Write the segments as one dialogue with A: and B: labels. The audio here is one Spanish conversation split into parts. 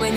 A: when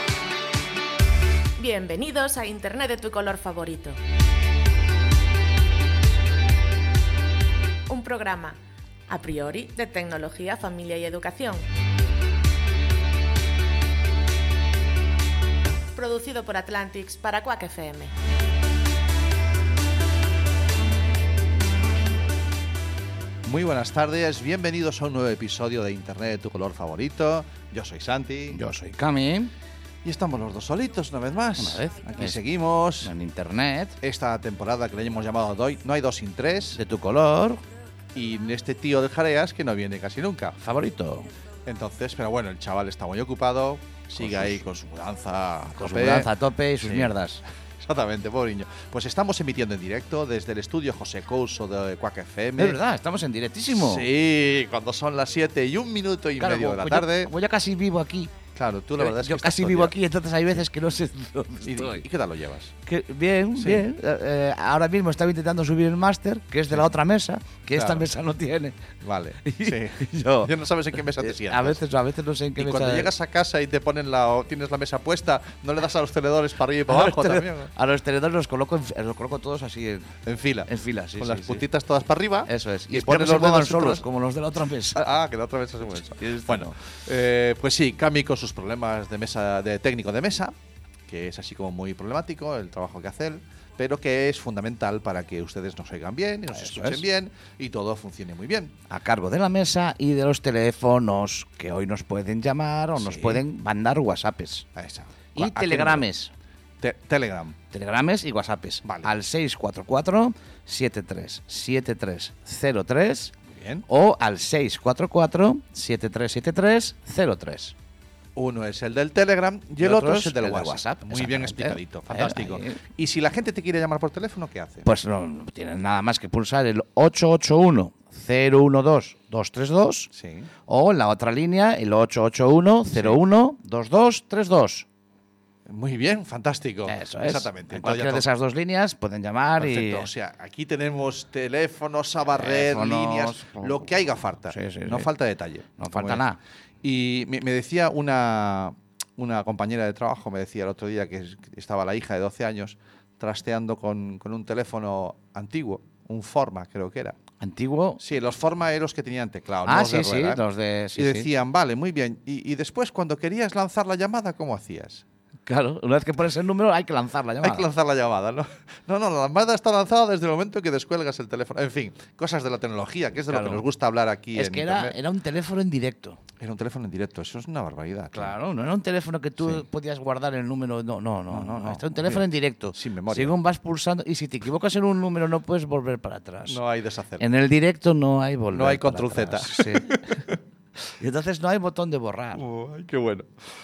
B: Bienvenidos a Internet de tu color favorito. Un programa, a priori, de tecnología, familia y educación. Producido por Atlantics para Quack FM.
C: Muy buenas tardes, bienvenidos a un nuevo episodio de Internet de tu color favorito. Yo soy Santi.
D: Yo soy Cami,
C: Y estamos los dos solitos una vez más.
D: Una vez.
C: Aquí
D: Es-
C: seguimos.
D: en internet,
C: Esta temporada que le hemos llamado Doy, No hay dos sin tres.
D: de tu color
C: Y este tío del Jareas que no viene casi nunca.
D: favorito.
C: Entonces, pero bueno, el chaval está muy ocupado. Sigue
D: sus-
C: ahí con su mudanza. a
D: Con su
C: tope.
D: mudanza a tope y sus
C: Sí.
D: mierdas.
C: Exactamente, pobre niño. Pues estamos emitiendo en directo desde el estudio José Couso de Quack FM.
D: Es verdad, estamos en directísimo.
C: Sí, cuando son las 7 y un minuto y
D: Claro,
C: medio de la
D: como yo-
C: tarde.
D: como yo casi vivo aquí.
C: Claro, tú la
D: yo-
C: verdad es que.
D: Eh, yo
C: estás
D: casi
C: todo
D: vivo
C: el
D: aquí, entonces hay veces que no sé dónde
C: día. ¿Y, y
D: estoy.
C: qué tal lo llevas?
D: Que- bien,
C: Sí.
D: bien. Eh, eh, ahora mismo estaba intentando subir el máster, que es de la otra mesa, que esta
C: Claro.
D: mesa no tiene.
C: Vale.
D: Y-
C: Sí.
D: yo-
C: Ya no sabes en qué mesa te
D: Eh,
C: sientas.
D: a veces, a veces no sé en qué
C: y
D: mesa.
C: cuando llegas a casa y te ponen la, o tienes la mesa puesta, no le das a los tenedores para arriba y para
D: a los
C: abajo
D: tele-
C: también. ¿no?
D: a los tenedores los coloco, en- los coloco todos así en,
C: En fila.
D: en fila. sí,
C: Con
D: sí,
C: las
D: sí.
C: puntitas todas para arriba.
D: Eso es.
C: ¿Ah? Y,
D: Y,
C: pones los
D: los
C: dedos
D: solos,
C: atrás.
D: como los de la otra mesa.
C: Ah, ah, que la otra mesa se mueve. eso.
D: Y esto
C: Bueno,
D: no.
C: eh, pues sí, Cami con sus problemas de mesa, de técnico de mesa, que es así como muy problemático el trabajo que hace él, pero que es fundamental para que ustedes nos oigan bien, y nos
D: Eso
C: escuchen
D: es.
C: bien y todo funcione muy bien.
D: A cargo de la mesa y de los teléfonos que hoy nos pueden llamar o nos
C: Sí.
D: pueden mandar whatsapps.
C: A esa. ¿A
D: Y
C: qué
D: telegrames.
C: número? Te- Telegram.
D: Telegrames y whatsapps.
C: Vale.
D: Al 644 737303
C: Muy bien.
D: o al 644 737303.
C: Uno es el del Telegram y, el otro es el del WhatsApp. Muy bien
D: exactamente.
C: explicadito,
D: Eh,
C: fantástico.
D: ahí, eh.
C: Y si la gente te quiere llamar por teléfono, ¿qué hace?
D: Pues no, no tienen nada más que pulsar el 881 012 232
C: sí.
D: O en la otra línea, el 881-01-2232.
C: Muy bien, fantástico.
D: Eso es.
C: Exactamente.
D: En
C: Entonces ya
D: cualquiera de
C: todo-
D: esas dos líneas pueden llamar
C: Perfecto, o
D: y...
C: sea, aquí tenemos teléfonos a barrer,
D: Teléfonos,
C: líneas,
D: po-
C: lo que haya falta.
D: Sí, sí,
C: no
D: sí.
C: falta detalle.
D: No
C: Como
D: falta
C: es.
D: nada.
C: Y me, me decía una, una compañera de trabajo, me decía el otro día que es- que estaba la hija de 12 años trasteando con, con un teléfono antiguo, un Forma creo que era.
D: Antiguo.
C: Sí, los Forma eran los que tenían teclado. no
D: ah,
C: los
D: sí,
C: de
D: sí,
C: rueda, ¿eh?
D: los de... sí,
C: y
D: sí.
C: decían, vale, muy bien. Y, y después, cuando querías lanzar la llamada, ¿cómo hacías?
D: Claro, una vez que pones el número hay que lanzar la llamada.
C: Hay que lanzar la llamada, ¿no? No, no, la llamada está lanzada desde el momento que descuelgas el teléfono. En fin, cosas de la tecnología, que es de lo
D: Claro.
C: que nos gusta hablar aquí
D: es
C: en
D: que era,
C: Internet.
D: era un teléfono en directo.
C: Era un teléfono en directo, eso es una barbaridad.
D: Claro, no era un teléfono que tú
C: Sí.
D: podías guardar el número. No, no, no, no. no,
C: no.
D: Era un teléfono en directo.
C: Sin memoria.
D: Según vas pulsando. Y si te equivocas en un número, no puedes volver para atrás.
C: No hay deshacer.
D: En el directo no hay volver.
C: No hay
D: para
C: control
D: atrás, sí. y entonces no hay botón de borrar.
C: Uy, qué bueno.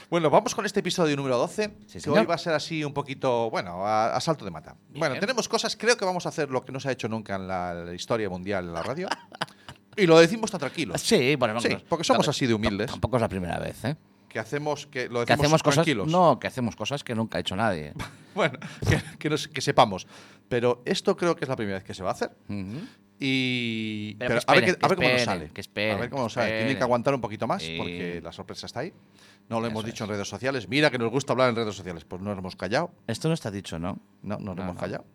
C: Bueno, vamos con este episodio número 12, que
D: señor.
C: hoy va a ser así un poquito, bueno, a, a salto de mata. Bueno, tenemos cosas, creo que vamos a hacer lo que no se ha hecho nunca en la, la historia mundial en la radio. y lo decimos tan tranquilos.
D: Sí, bueno, vamos.
C: Sí, porque somos
D: Tamp-
C: así de humildes,
D: Tampoco es la primera vez, ¿eh?
C: que hacemos que lo
D: Que
C: decimos
D: hacemos cosas.
C: tranquilos.
D: No, que hacemos cosas que nunca ha hecho nadie.
C: Bueno, que, que nos- que sepamos. Pero esto creo que es la primera vez que se va a hacer.
D: Ujú.
C: Y
D: Pero que
C: a, ver,
D: esperen,
C: qué- a ver
D: que
C: cómo nos
D: esperen,
C: sale.
D: que esperen,
C: a ver cómo
D: que
C: nos sale. Tienen que
D: esperen.
C: aguantar un poquito más
D: Sí.
C: porque la sorpresa está ahí. No lo hemos
D: Eso
C: dicho en redes sociales. Mira que nos gusta hablar en redes sociales. Pues no nos hemos callado.
D: Esto no está dicho, ¿no?
C: No, no nos
D: No,
C: hemos
D: no.
C: callado.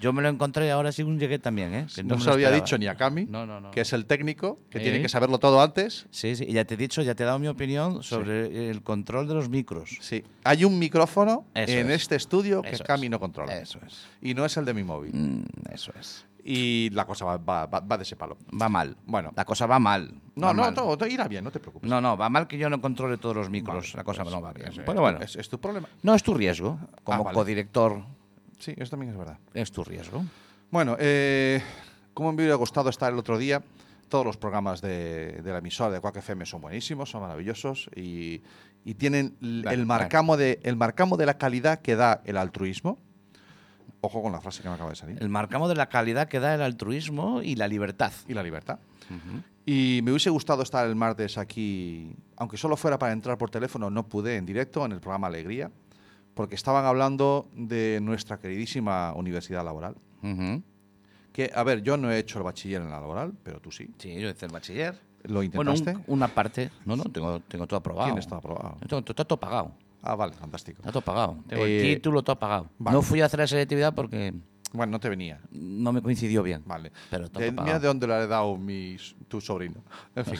D: Yo me lo encontré ahora según llegué también, ¿eh? Que
C: No,
D: me
C: se
D: lo
C: lo había
D: esperaba.
C: dicho ni a Cami,
D: No, no, no.
C: que es el técnico, que
D: ¿Eh?
C: tiene que saberlo todo antes.
D: Sí, sí, ya te he dicho, ya te he dado mi opinión sobre el control de los micros.
C: Sí. Hay un micrófono
D: Eso
C: en
D: es.
C: este estudio que
D: Eso
C: Cami
D: es.
C: no controla.
D: Eso es.
C: Y no es el de mi móvil.
D: Mm, eso es.
C: Y la cosa va, va- va- va de ese palo.
D: Va mal.
C: Bueno.
D: La cosa va mal.
C: No,
D: Va
C: no,
D: mal.
C: todo, todo irá bien, no te preocupes.
D: No, no, va mal que yo no controle todos los micros.
C: Vale,
D: la cosa
C: pues,
D: no va bien.
C: es-
D: Pero bueno,
C: Es, es tu problema.
D: no es tu riesgo. Como
C: vale.
D: codirector,
C: Sí, eso también es verdad.
D: es tu riesgo.
C: Bueno, eh, como me hubiera gustado estar el otro día Todos los programas de, de la emisora de Quack FM son buenísimos, son maravillosos y, y tienen l-
D: Vale,
C: el,
D: vale.
C: marcamo de, el marcamo de la calidad que da el altruismo. Ojo con la frase que me acaba de salir.
D: El marcamo de la calidad que da el altruismo y la libertad.
C: y la libertad. Y me hubiese gustado estar el martes aquí, aunque solo fuera para entrar por teléfono, no pude en directo en el programa Alegría, porque estaban hablando de nuestra queridísima universidad laboral.
D: Ujú.
C: Que, a ver, yo no he hecho el bachiller en la laboral, pero tú sí.
D: Sí, yo hice el bachiller.
C: ¿Lo
D: Bueno, un-
C: intentaste?
D: una parte. No, no, tengo, tengo todo aprobado.
C: Tienes todo aprobado.
D: Tengo- Está todo pagado.
C: Ah, vale, fantástico.
D: Está todo pagado. Tengo el
C: Eh,
D: título todo pagado.
C: vale.
D: No fui a hacer la selectividad porque
C: Bueno, no te venía.
D: no me coincidió bien.
C: Vale.
D: Pero todo
C: De-
D: pagado.
C: mira de dónde lo ha dado mi, s- tu sobrino. En fin,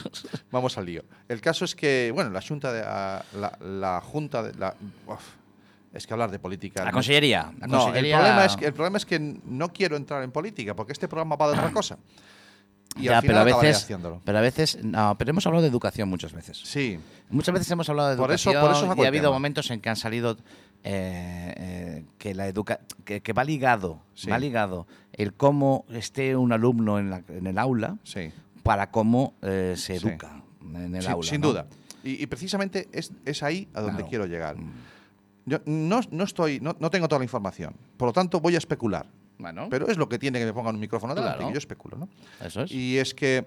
C: vamos al lío. El caso es que, bueno, la Junta de. a- La, la Junta de. La, uf, es que hablar de política.
D: La
C: no-
D: consellería. La
C: No, el
D: consellería-
C: problema, es que, el problema es que no quiero entrar en política, porque este programa va de otra cosa. Y
D: Ya,
C: al final
D: pero a
C: acabaré
D: veces.
C: haciéndolo.
D: Pero a veces. No, pero hemos hablado de educación muchas veces.
C: Sí,
D: Muchas veces hemos hablado de
C: Por eso-
D: educación.
C: por eso saco
D: y
C: el
D: ha habido
C: tema.
D: momentos en que han salido. eh, eh, que la educa que, que va ligado
C: Sí.
D: va ligado el cómo esté un alumno en, la- en el aula
C: sí.
D: para cómo eh, se
C: Sí.
D: educa en el
C: sin,
D: aula
C: sin
D: ¿no?
C: duda. Y, y precisamente es, es ahí a donde
D: Claro. Mm.
C: quiero llegar. Yo no, no estoy, no, no tengo toda la información, por lo tanto voy a especular.
D: bueno
C: Pero es lo que tiene que me pongan un micrófono delante,
D: Claro. Pues.
C: que yo especulo, ¿no?
D: eso es
C: Y es que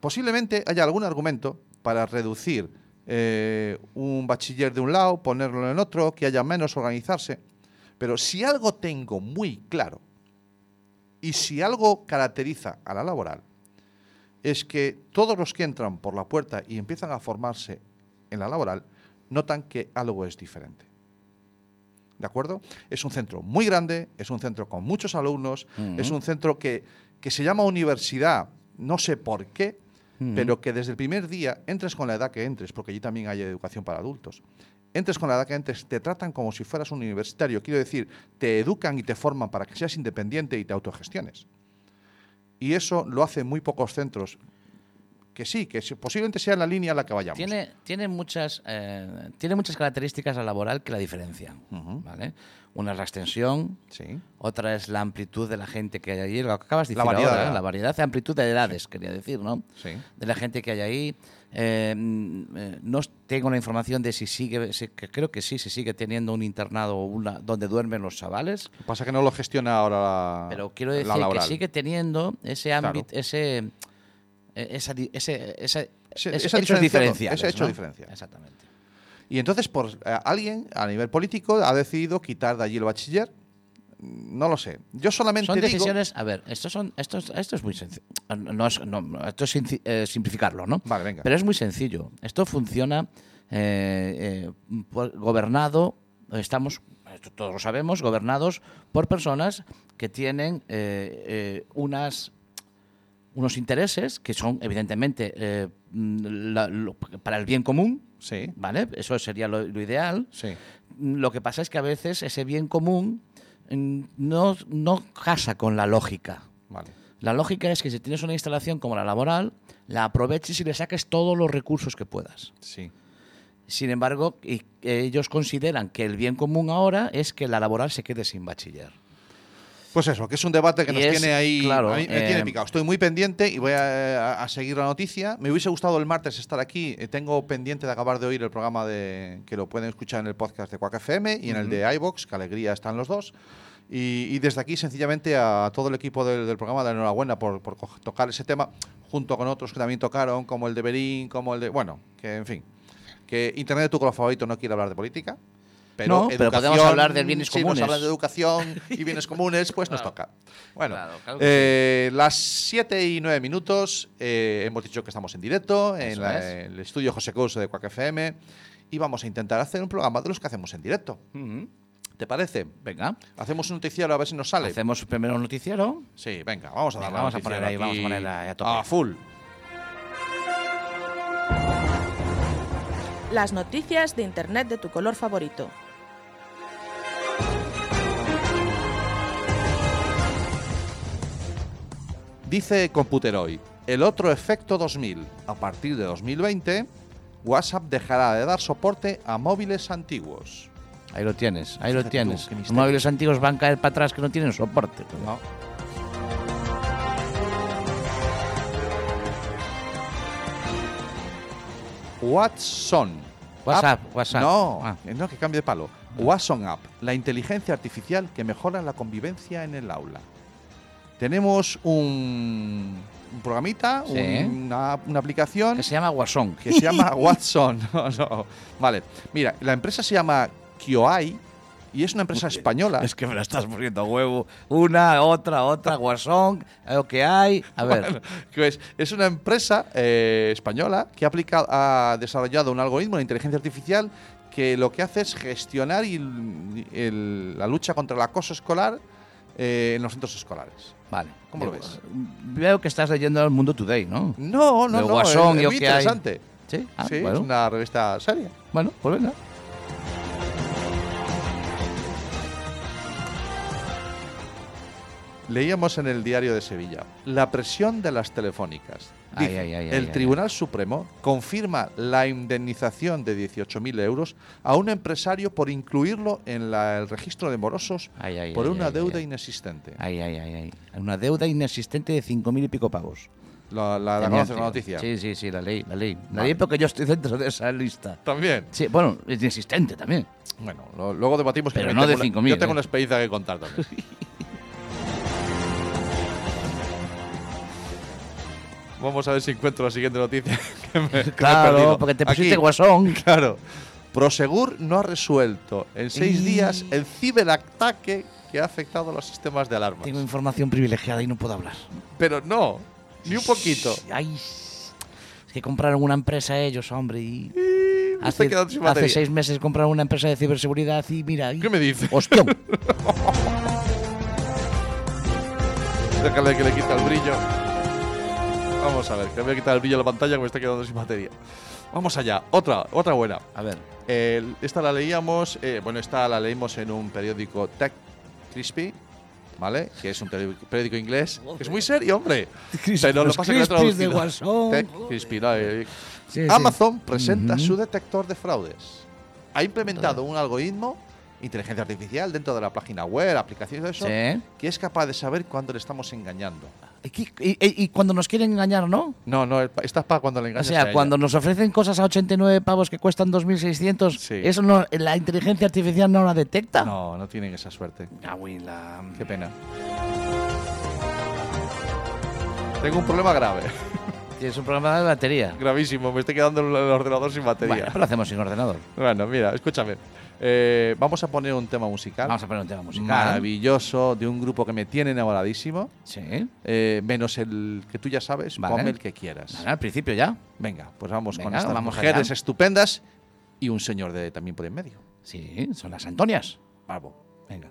C: posiblemente haya algún argumento para reducir eh, un bachiller de un lado, ponerlo en el otro, que haya menos organizarse. Pero si algo tengo muy claro y si algo caracteriza a la laboral, es que todos los que entran por la puerta y empiezan a formarse en la laboral notan que algo es diferente. ¿De acuerdo? Es un centro muy grande, es un centro con muchos alumnos,
D: Ujú.
C: es un centro que, que se llama universidad, no sé por qué, pero que desde el primer día entres con la edad que entres, porque allí también hay educación para adultos. Entres con la edad que entres, te tratan como si fueras un universitario. Quiero decir, te educan y te forman para que seas independiente y te autogestiones. Y eso lo hacen muy pocos centros. Que sí, que se- posiblemente sea la línea a la que vayamos.
D: Tiene, tiene, muchas, eh, tiene muchas características la laboral que la diferencian.
C: Ujú.
D: ¿vale? Una es la extensión,
C: Sí.
D: otra es la amplitud de la gente que hay allí, lo que acabas de
C: La
D: decir
C: variedad de
D: ahora,
C: edad.
D: la variedad de amplitud de edades, quería decir, ¿no?
C: Sí.
D: De la gente que hay ahí. Eh, mm, eh, no tengo la información de si sigue, si- que creo que sí, si sigue teniendo un internado o una, donde duermen los chavales.
C: Lo que pasa es que no lo gestiona ahora la.
D: Pero quiero
C: la
D: decir que
C: laboral.
D: sigue teniendo ese
C: Claro.
D: ámbito, ese, eh, esa, di- ese, ese,
C: Ese-
D: ese-
C: esa diferencia,
D: hechos diferenciales,
C: ese hecho
D: ¿no?
C: diferencial.
D: Exactamente.
C: Y entonces, por eh, alguien a nivel político ha decidido quitar de allí el bachiller. Mm, No lo sé. Yo solamente
D: Son
C: digo.
D: decisiones, a ver, esto, son, esto, es- esto es muy sencillo. No es- no, no, esto es sinci- eh, simplificarlo, ¿no?
C: Vale, venga.
D: Pero es muy sencillo. Esto funciona eh, eh, por- gobernado, estamos, esto todos lo sabemos, gobernados por personas que tienen eh, eh, unas unos intereses que son evidentemente eh, mm, la- lo- para el bien común,
C: Sí,
D: ¿vale? Eso sería lo- lo ideal.
C: sí.
D: Lo que pasa es que a veces ese bien común mm, no, no casa con la lógica.
C: Vale.
D: La lógica es que si tienes una instalación como la laboral, la aproveches y le saques todos los recursos que puedas.
C: Sí.
D: Sin embargo, y- ellos consideran que el bien común ahora es que la laboral se quede sin bachiller.
C: Pues eso, que es un debate que
D: Y
C: nos
D: es,
C: tiene ahí.
D: claro,
C: a mí me
D: eh,
C: tiene picado. Estoy muy pendiente y voy a, a seguir la noticia. Me hubiese gustado el martes estar aquí. Eh, Tengo pendiente de acabar de oír el programa de que lo pueden escuchar en el podcast de Quack FM y en el de iBox, que alegría están los dos. Y, y desde aquí, sencillamente, a todo el equipo del, del programa, la enhorabuena por, por co- tocar ese tema, junto con otros que también tocaron, como el de Berín, como el de. Bueno, que en fin. Que Internet de tu color favorito no quiere hablar de política. Pero,
D: No, pero podemos
C: educación,
D: hablar de bienes
C: si nos
D: comunes.
C: hablan de educación y bienes comunes, pues nos toca. Bueno,
D: Claro, claro que
C: eh, las 7 y 9 minutos, eh, hemos dicho que estamos en directo en
D: Eso
C: la-
D: es.
C: el estudio José Couso de Quack FM y vamos a intentar hacer un programa de los que hacemos en directo. ¿Te parece?
D: Venga,
C: Hacemos un noticiero a ver si nos sale.
D: hacemos primero un noticiero.
C: Sí, venga, vamos a
D: Venga,
C: darle
D: vamos a poner ahí, vamos a poner ahí a tope.
C: A full.
B: Las noticias de Internet de tu color favorito.
C: Dice Computeroy, el otro efecto 2000. A partir de 2020, WhatsApp dejará de dar soporte a móviles antiguos.
D: Ahí lo tienes, ahí lo
C: Fíjate tú,
D: tienes.
C: qué
D: Los
C: misterio.
D: móviles antiguos van a caer para atrás que no tienen soporte.
C: No. Watson.
D: WhatsApp,
C: App-
D: WhatsApp.
C: No,
D: Ah.
C: eh, no, que cambie de palo. Watson App, la inteligencia artificial que mejora la convivencia en el aula. Tenemos un, un programita,
D: Sí.
C: una, una aplicación
D: Que se llama Guasón.
C: que se llama Watson. No, no. Vale, mira, la empresa se llama Kioai y es una empresa española.
D: Es que me la estás poniendo a huevo. Una, otra, otra, Guasón, eh, lo que hay. A ver,
C: que es, es una empresa eh, española que ha, aplicado, ha desarrollado un algoritmo de inteligencia artificial que lo que hace es gestionar y l- el- la lucha contra el acoso escolar eh, en los centros escolares.
D: vale.
C: ¿Cómo lo
D: Eh,
C: ves?
D: Veo que estás leyendo el Mundo Today, ¿no?
C: No, no,
D: De
C: no,
D: Guasón
C: es, es muy
D: y lo que hay.
C: interesante.
D: Sí, ah,
C: sí,
D: bueno.
C: es una revista seria.
D: Bueno, pues venga.
C: Leíamos en el diario de Sevilla, la presión de las telefónicas.
D: Ay,
C: Dice,
D: ay, ay, ay,
C: el
D: ay,
C: Tribunal Supremo confirma la indemnización de 18.000 euros a un empresario por incluirlo en la- el registro de morosos
D: Ay, ay,
C: por
D: ay,
C: una
D: ay,
C: deuda
D: ay.
C: inexistente.
D: Ay, ay, ay, ay. Una deuda inexistente de cinco mil y pico pavos.
C: La, Ah, la, la conoces,
D: Tenía
C: la
D: antigua.
C: noticia.
D: Sí, sí, sí, la ley, la ley. La
C: Vale.
D: ley porque yo estoy dentro de esa lista.
C: También.
D: Sí, bueno, es inexistente también.
C: Bueno, lo- luego debatimos. que
D: Pero
C: yo
D: no
C: tengo
D: de
C: una-
D: 5.000,
C: Yo tengo
D: ¿eh?
C: una experiencia que contar también. Vamos a ver si encuentro la siguiente noticia. que me- que me he perdido.
D: Claro, porque te pusiste
C: Aquí.
D: guasón.
C: Claro. Prosegur no ha resuelto en seis
D: Y-
C: días el ciberataque que ha afectado a los sistemas de alarmas.
D: Tengo información privilegiada y no puedo hablar.
C: Pero no, ni un poquito.
D: Ay, es que compraron una empresa ellos, hombre. Y
C: me estoy quedando sin
D: hace
C: batería.
D: seis meses compraron una empresa de ciberseguridad y mira. y-
C: ¿Qué me dices?
D: Hostión.
C: Déjale que le quita el brillo. Vamos a ver, que le voy a quitar el brillo a la pantalla que me está quedando sin batería. Vamos allá, otra, otra buena.
D: A ver.
C: El- esta la leíamos, eh, bueno, esta la leímos en un periódico Tech Crispy, ¿vale? Que es un periódico, periódico inglés. que es muy serio, hombre. Pero lo
D: los
C: que pasa es que lo he
D: Crispies de
C: traducido.
D: Guasón.
C: Tech Crispy, no, eh,
D: Sí, sí.
C: Amazon presenta
D: Ujú.
C: su detector de fraudes. Ha implementado un algoritmo, inteligencia artificial, dentro de la página web, aplicaciones de eso,
D: Sí.
C: que es capaz de saber cuándo le estamos engañando.
D: ¿Y, qué- y- y- y cuando nos quieren engañar, ¿no?
C: No, no, estás para cuando le
D: O
C: engañas. a
D: sea,
C: ella.
D: cuando nos ofrecen cosas a 89 pavos que cuestan 2.600,
C: Sí.
D: eso no, la inteligencia artificial no la detecta.
C: No, no tienen esa suerte.
D: Abuela.
C: Qué pena. Tengo un problema grave,
D: Tienes un problema de batería.
C: gravísimo. Me estoy quedando el ordenador sin
D: Bueno,
C: batería.
D: pero lo hacemos sin ordenador.
C: Bueno, mira, escúchame. Eh, vamos a poner un tema musical.
D: Vamos a poner un tema musical.
C: Maravilloso, de un grupo que me tiene enamoradísimo.
D: Sí.
C: Eh, menos el que tú ya sabes,
D: Vale.
C: ponme el que quieras.
D: Nada, al principio ya.
C: Venga, pues vamos con
D: Venga,
C: estas
D: vamos allá.
C: mujeres estupendas y un señor de también por en medio.
D: Sí, son las Antonias.
C: Vamos.
D: Venga.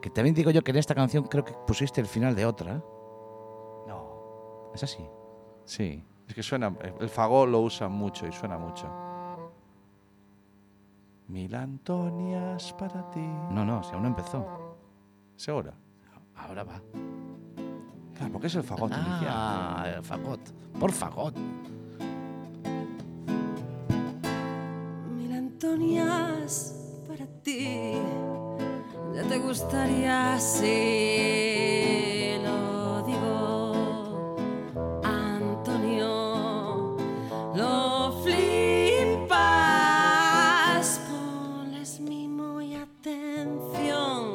D: Que también digo yo que en esta canción creo que pusiste el final de otra.
C: No.
D: Es así.
C: Sí, es que suena. El fagot lo usan mucho y suena mucho. Mil Antonias para ti.
D: No, no, si aún no empezó.
C: ¿Segura?
D: Ahora va.
C: Claro, porque es el fagot inicial.
D: Ah, el fagot. Por fagot.
E: Mil Antonias para ti, ya te gustaría si lo digo. Antonio, lo flipas, ponles mimo y atención,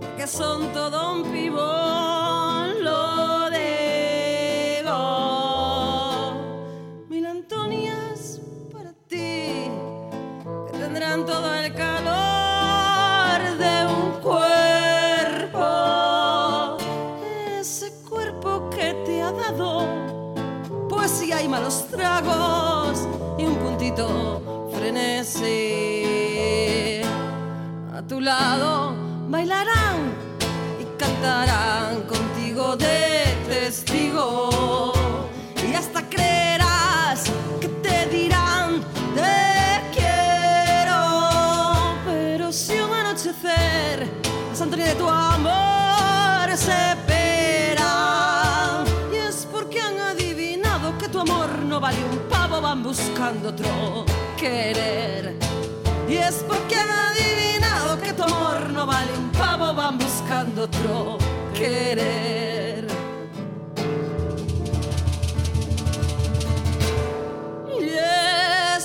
E: porque son todo un pibón, lo digo. Mil Antonias para ti que tendrán todo el calor de un cuerpo. Ese cuerpo que te ha dado poesía y malos tragos y un puntito frenesí. A tu lado bailarán y cantarán contigo de testigo. Y hasta creerás que te dirán te quiero. Pero si un anochecer es Antonio de tu amor se verá. Y es porque han adivinado que tu amor no vale un pavo, van buscando otro querer. Y es porque han adivinado que tu amor no vale un pavo, van buscando otro querer. Yeah.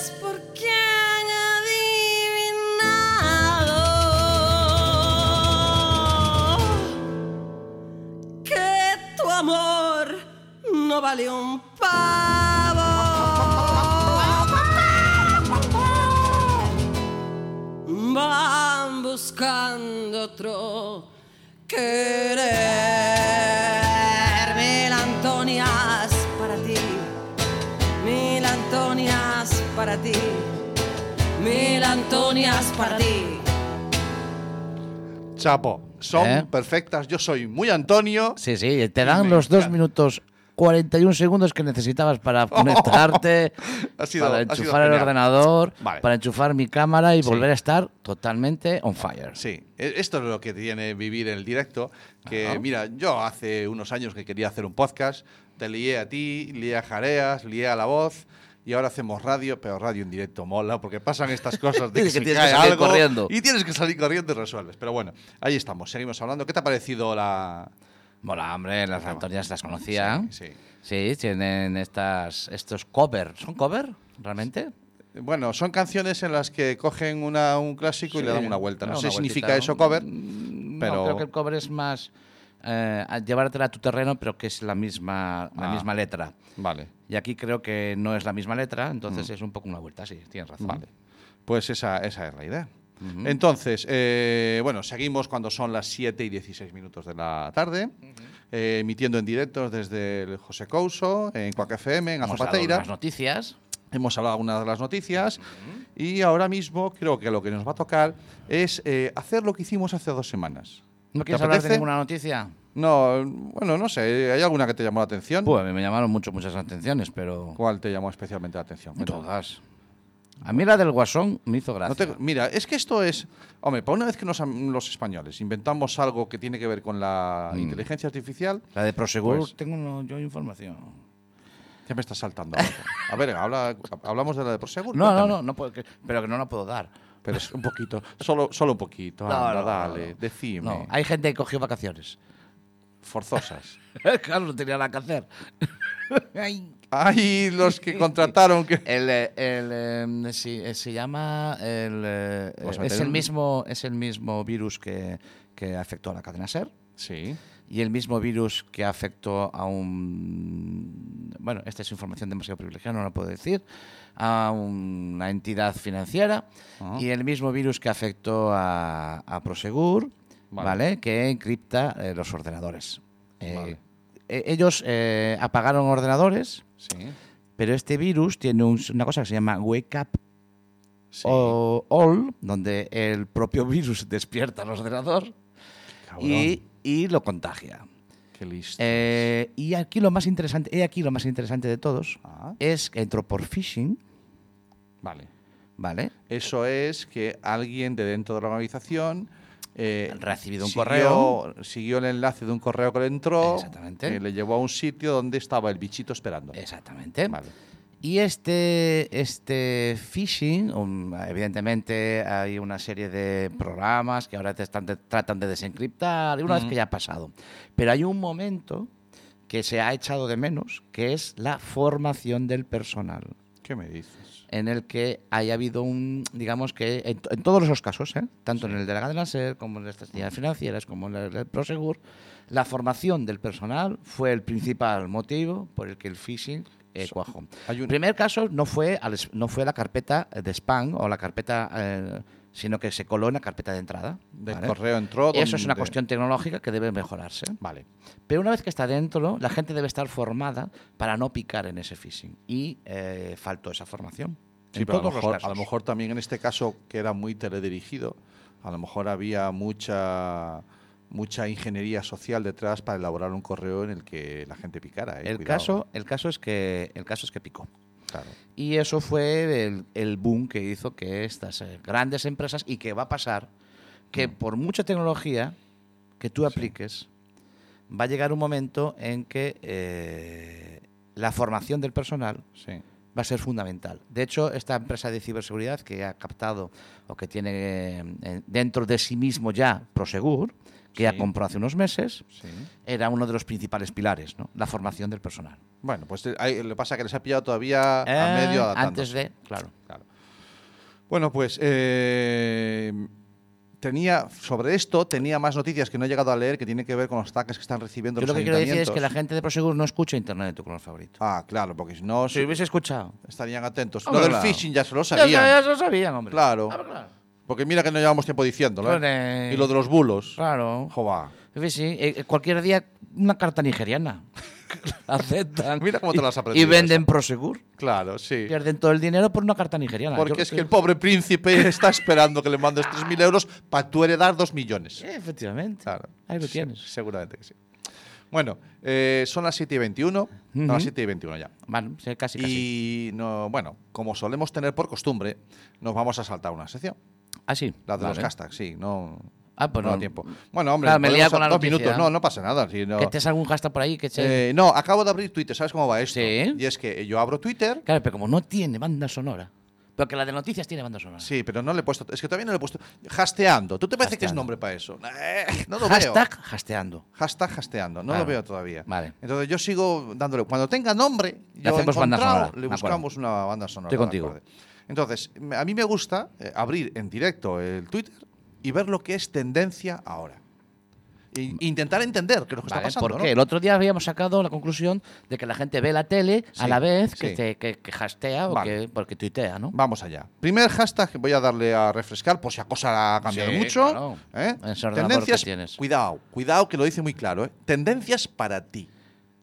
E: vale un pavo. Van buscando otro querer. Mil Antonias para ti, mil Antonias para ti, mil Antonias para ti.
C: Chapo, son
D: ¿Eh?
C: perfectas. Yo soy muy Antonio.
D: Sí, sí, te
C: Me
D: dan los dos
C: encanta.
D: minutos 41 segundos que necesitabas para conectarte,
C: Ha sido-
D: para
C: ha sido
D: enchufar el
C: genial.
D: ordenador,
C: Vale.
D: para enchufar mi cámara y volver a estar totalmente on fire.
C: Sí, e- esto es lo que tiene vivir en el directo. Que mira, yo hace unos años que quería hacer un podcast, te lié a ti, lié a Jareas, lié a la voz. Y ahora hacemos radio, pero radio en directo mola, porque pasan estas cosas de que,
D: Que
C: se
D: tienes que
C: cae
D: salir
C: algo
D: corriendo.
C: y tienes que salir corriendo y resuelves. Pero bueno, ahí estamos, seguimos hablando. ¿Qué te ha parecido la...?
D: Mola, hombre, las Antonias las conocía.
C: Sí, sí.
D: Sí, tienen estas, estos cover. ¿Son cover realmente?
C: Bueno, son canciones en las que cogen una, un clásico y le dan una vuelta. No,
D: Ah,
C: sé
D: una
C: si significa
D: vueltita,
C: eso
D: ¿no?
C: cover,
D: Mm,
C: pero...
D: No, creo que el cover es más eh, a llevártela a tu terreno, pero que es la misma, la
C: Ah.
D: misma letra.
C: Vale.
D: Y aquí creo que no es la misma letra, entonces es un poco una vuelta, sí, tienes razón.
C: Mm. Vale. Pues esa, esa es la idea. Entonces, eh, bueno, seguimos cuando son las 7 y 16 minutos de la tarde, eh, emitiendo en directos desde el José Couso, en Cuac FM, en
D: Hemos dado
C: Azopateira.
D: Las noticias.
C: Hemos hablado algunas de las noticias y ahora mismo creo que lo que nos va a tocar es eh, hacer lo que hicimos hace dos semanas.
D: ¿No
C: ¿Te
D: quieres hablar de
C: apetece?
D: ninguna noticia?
C: No, bueno, no sé, ¿hay alguna que te llamó la atención?
D: Pues a mí me llamaron mucho, muchas atenciones, pero.
C: ¿Cuál te llamó especialmente la atención? Cuéntame.
D: Todas. A mí la del Guasón me hizo
C: No
D: gracia.
C: te- mira, es que esto es. Hombre, para una vez que nos am- los españoles inventamos algo que tiene que ver con la
D: Mm.
C: inteligencia artificial,
D: La de Prosegur,
C: Pues-
D: tengo uno- yo información.
C: ya me está saltando. algo. A ver, habla- hablamos de la de Prosegur.
D: No, no,
C: cuéntame.
D: no, no puedo- que- pero que no la puedo dar.
C: Pero es un poquito, solo, solo un poquito.
D: No,
C: anda,
D: no,
C: dale,
D: no, no.
C: decime.
D: No, hay gente que cogió vacaciones.
C: Forzosas.
D: claro, no tenía nada que hacer. Ay.
C: Ay, los que contrataron que.
D: El, eh, el, eh, sí, eh, se llama el, eh,
C: Vamos a
D: es
C: meter
D: el
C: un-
D: mismo es el mismo virus que, que afectó a la cadena ser
C: Sí.
D: y el mismo virus que afectó a un bueno esta es información demasiado privilegiada no la puedo decir a una entidad financiera
C: Ajá.
D: y el mismo virus que afectó a, a Prosegur
C: Vale.
D: vale, que encripta eh, los ordenadores Eh,
C: Vale.
D: e- ellos eh, apagaron ordenadores
C: Sí.
D: pero este virus tiene un- una cosa que se llama Wake Up
C: sí.
D: o- All, donde el propio virus despierta al ordenador
C: Cabrón,
D: y, y lo contagia.
C: Qué listo.
D: Eh, y aquí lo más interesante, he aquí lo más interesante de todos,
C: Ah,
D: es que entró por phishing,
C: vale.
D: ¿vale?
C: Eso es que alguien de dentro de la organización eh,
D: Han recibido un
C: siguió-
D: correo.
C: siguió el enlace de un correo que le entró,
D: Exactamente.
C: que le llevó a un sitio donde estaba el bichito esperando.
D: Exactamente.
C: Vale.
D: Y este, este phishing, um, evidentemente hay una serie de programas que ahora te están de- tratan de desencriptar, y una vez que ya ha pasado. Pero hay un momento que se ha echado de menos, que es la formación del personal,
C: ¿Qué me dices?
D: en el que haya habido un, digamos que, en, to- en todos los casos, ¿eh? tanto en el de la cadena SER, como en estas entidades financieras, como en el del Prosegur, la formación del personal fue el principal motivo por el que el phishing... eh, cuajó.
C: hay un-
D: Primero, primer caso no fue, al es- no fue la carpeta eh, de spam o la carpeta, eh, sino que se coló en la carpeta de entrada.
C: Del
D: ¿vale?
C: correo entró.
D: Eso es una
C: donde-
D: cuestión tecnológica que debe mejorarse.
C: Vale.
D: Pero una vez que está dentro, la gente debe estar formada para no picar en ese phishing. Y eh, faltó esa formación.
C: Sí,
D: en
C: pero a lo,
D: todos los
C: mejor,
D: casos.
C: a lo mejor también en este caso, que era muy teledirigido, a lo mejor había mucha mucha ingeniería social detrás para elaborar un correo en el que la gente picara. ¿eh?
D: el,
C: Cuidado.
D: caso, el, caso es que, el caso es que picó.
C: Claro.
D: Y eso fue el, el boom que hizo que estas eh, grandes empresas, y que va a pasar,
C: Mm.
D: que por mucha tecnología que tú apliques, va a llegar un momento en que eh, la formación del personal
C: Sí.
D: va a ser fundamental. De hecho, esta empresa de ciberseguridad que ha captado o que tiene eh, eh, dentro de sí mismo ya Prosegur, que ya
C: Sí.
D: compró hace unos meses,
C: Sí.
D: era uno de los principales pilares, ¿no? la formación del personal.
C: Bueno, pues eh, ahí- lo que pasa es que les ha pillado todavía a
D: Eh,
C: medio adaptándose.
D: antes de, claro.
C: Claro. Bueno, pues eh, tenía, sobre esto tenía más noticias que no he llegado a leer que tienen que ver con los ataques que están recibiendo
D: Yo
C: los
D: lo que quiero decir es que la
C: ayuntamientos.
D: gente de Prosegur no escucha Internet de tu color favorito.
C: Ah, claro, porque si no
D: Si hubiese escuchado.
C: estarían atentos.
D: Hombre,
C: lo del
D: claro.
C: phishing ya se lo
D: Ya, ya,
C: sabían.
D: ya lo sabían, hombre.
C: Claro.
D: Ah, claro.
C: Porque mira que no llevamos tiempo diciéndolo. ¿eh?
D: Joder.
C: Y lo de los bulos.
D: Claro.
C: Jova.
D: Sí, sí, eh, eh, cualquier día una carta nigeriana. Aceptan.
C: Mira cómo te las has
D: Y, y
C: aprendido
D: venden Prosegur.
C: Claro, sí.
D: Pierden todo el dinero por una carta nigeriana.
C: Porque
D: Yo-
C: es que el pobre príncipe está esperando que le mandes 3.000 euros para tú heredar 2 millones.
D: Eh, efectivamente.
C: Claro.
D: Ahí lo
C: Se-
D: tienes.
C: Seguramente que sí. Bueno, eh, son las 7 y 21. No,
D: Ujú.
C: las 7 y 21 ya.
D: Bueno, sí, casi, casi.
C: Y no, bueno, como solemos tener por costumbre, nos vamos a saltar una sección.
D: Ah, sí.
C: La de los
D: Vale.
C: hashtags, sí, no.
D: Ah, pues
C: no da
D: no.
C: tiempo. Bueno, hombre,
D: Claro, me
C: podemos
D: lía con
C: a-
D: la
C: dos
D: noticia.
C: minutos, no, no pasa nada. si no-
D: Que te salga un hashtag por ahí que se...
C: Eh, no, acabo de abrir Twitter, ¿sabes cómo va esto?
D: Sí.
C: Y es que yo abro Twitter,
D: Claro, pero como no tiene banda sonora. Porque la de noticias tiene banda sonora.
C: sí, pero no le he puesto. Es que todavía no le he puesto. Hasteando. ¿Tú te parece que es
D: Hasteando.
C: nombre para eso? Eh, no lo veo.
D: Hashtag hasteando.
C: Hashtag hasteando, no
D: Claro.
C: lo veo todavía.
D: Vale.
C: Entonces yo sigo dándole. Cuando tenga nombre, yo he
D: hacemos banda
C: encontrado,
D: sonora,
C: le
D: me acuerdo.
C: buscamos una banda sonora.
D: Estoy
C: de
D: contigo.
C: acorde. Entonces, me- a mí me gusta eh, abrir en directo el Twitter y ver lo que es tendencia ahora. E intentar entender qué es lo que
D: Mm. Vale,
C: está pasando.
D: porque
C: ¿no?
D: el otro día habíamos sacado la conclusión de que la gente ve la tele a
C: Sí,
D: la vez que,
C: sí.
D: te- que, que hastea o
C: Vale.
D: que porque tuitea, ¿no?
C: Vamos allá. Primer hashtag que voy a darle a refrescar por si la cosa ha cambiado
D: Sí,
C: mucho.
D: claro.
C: ¿eh?
D: Ese ordenador
C: Tendencias.
D: que tienes.
C: Cuidado, cuidado que lo dice muy claro. ¿eh? Tendencias para ti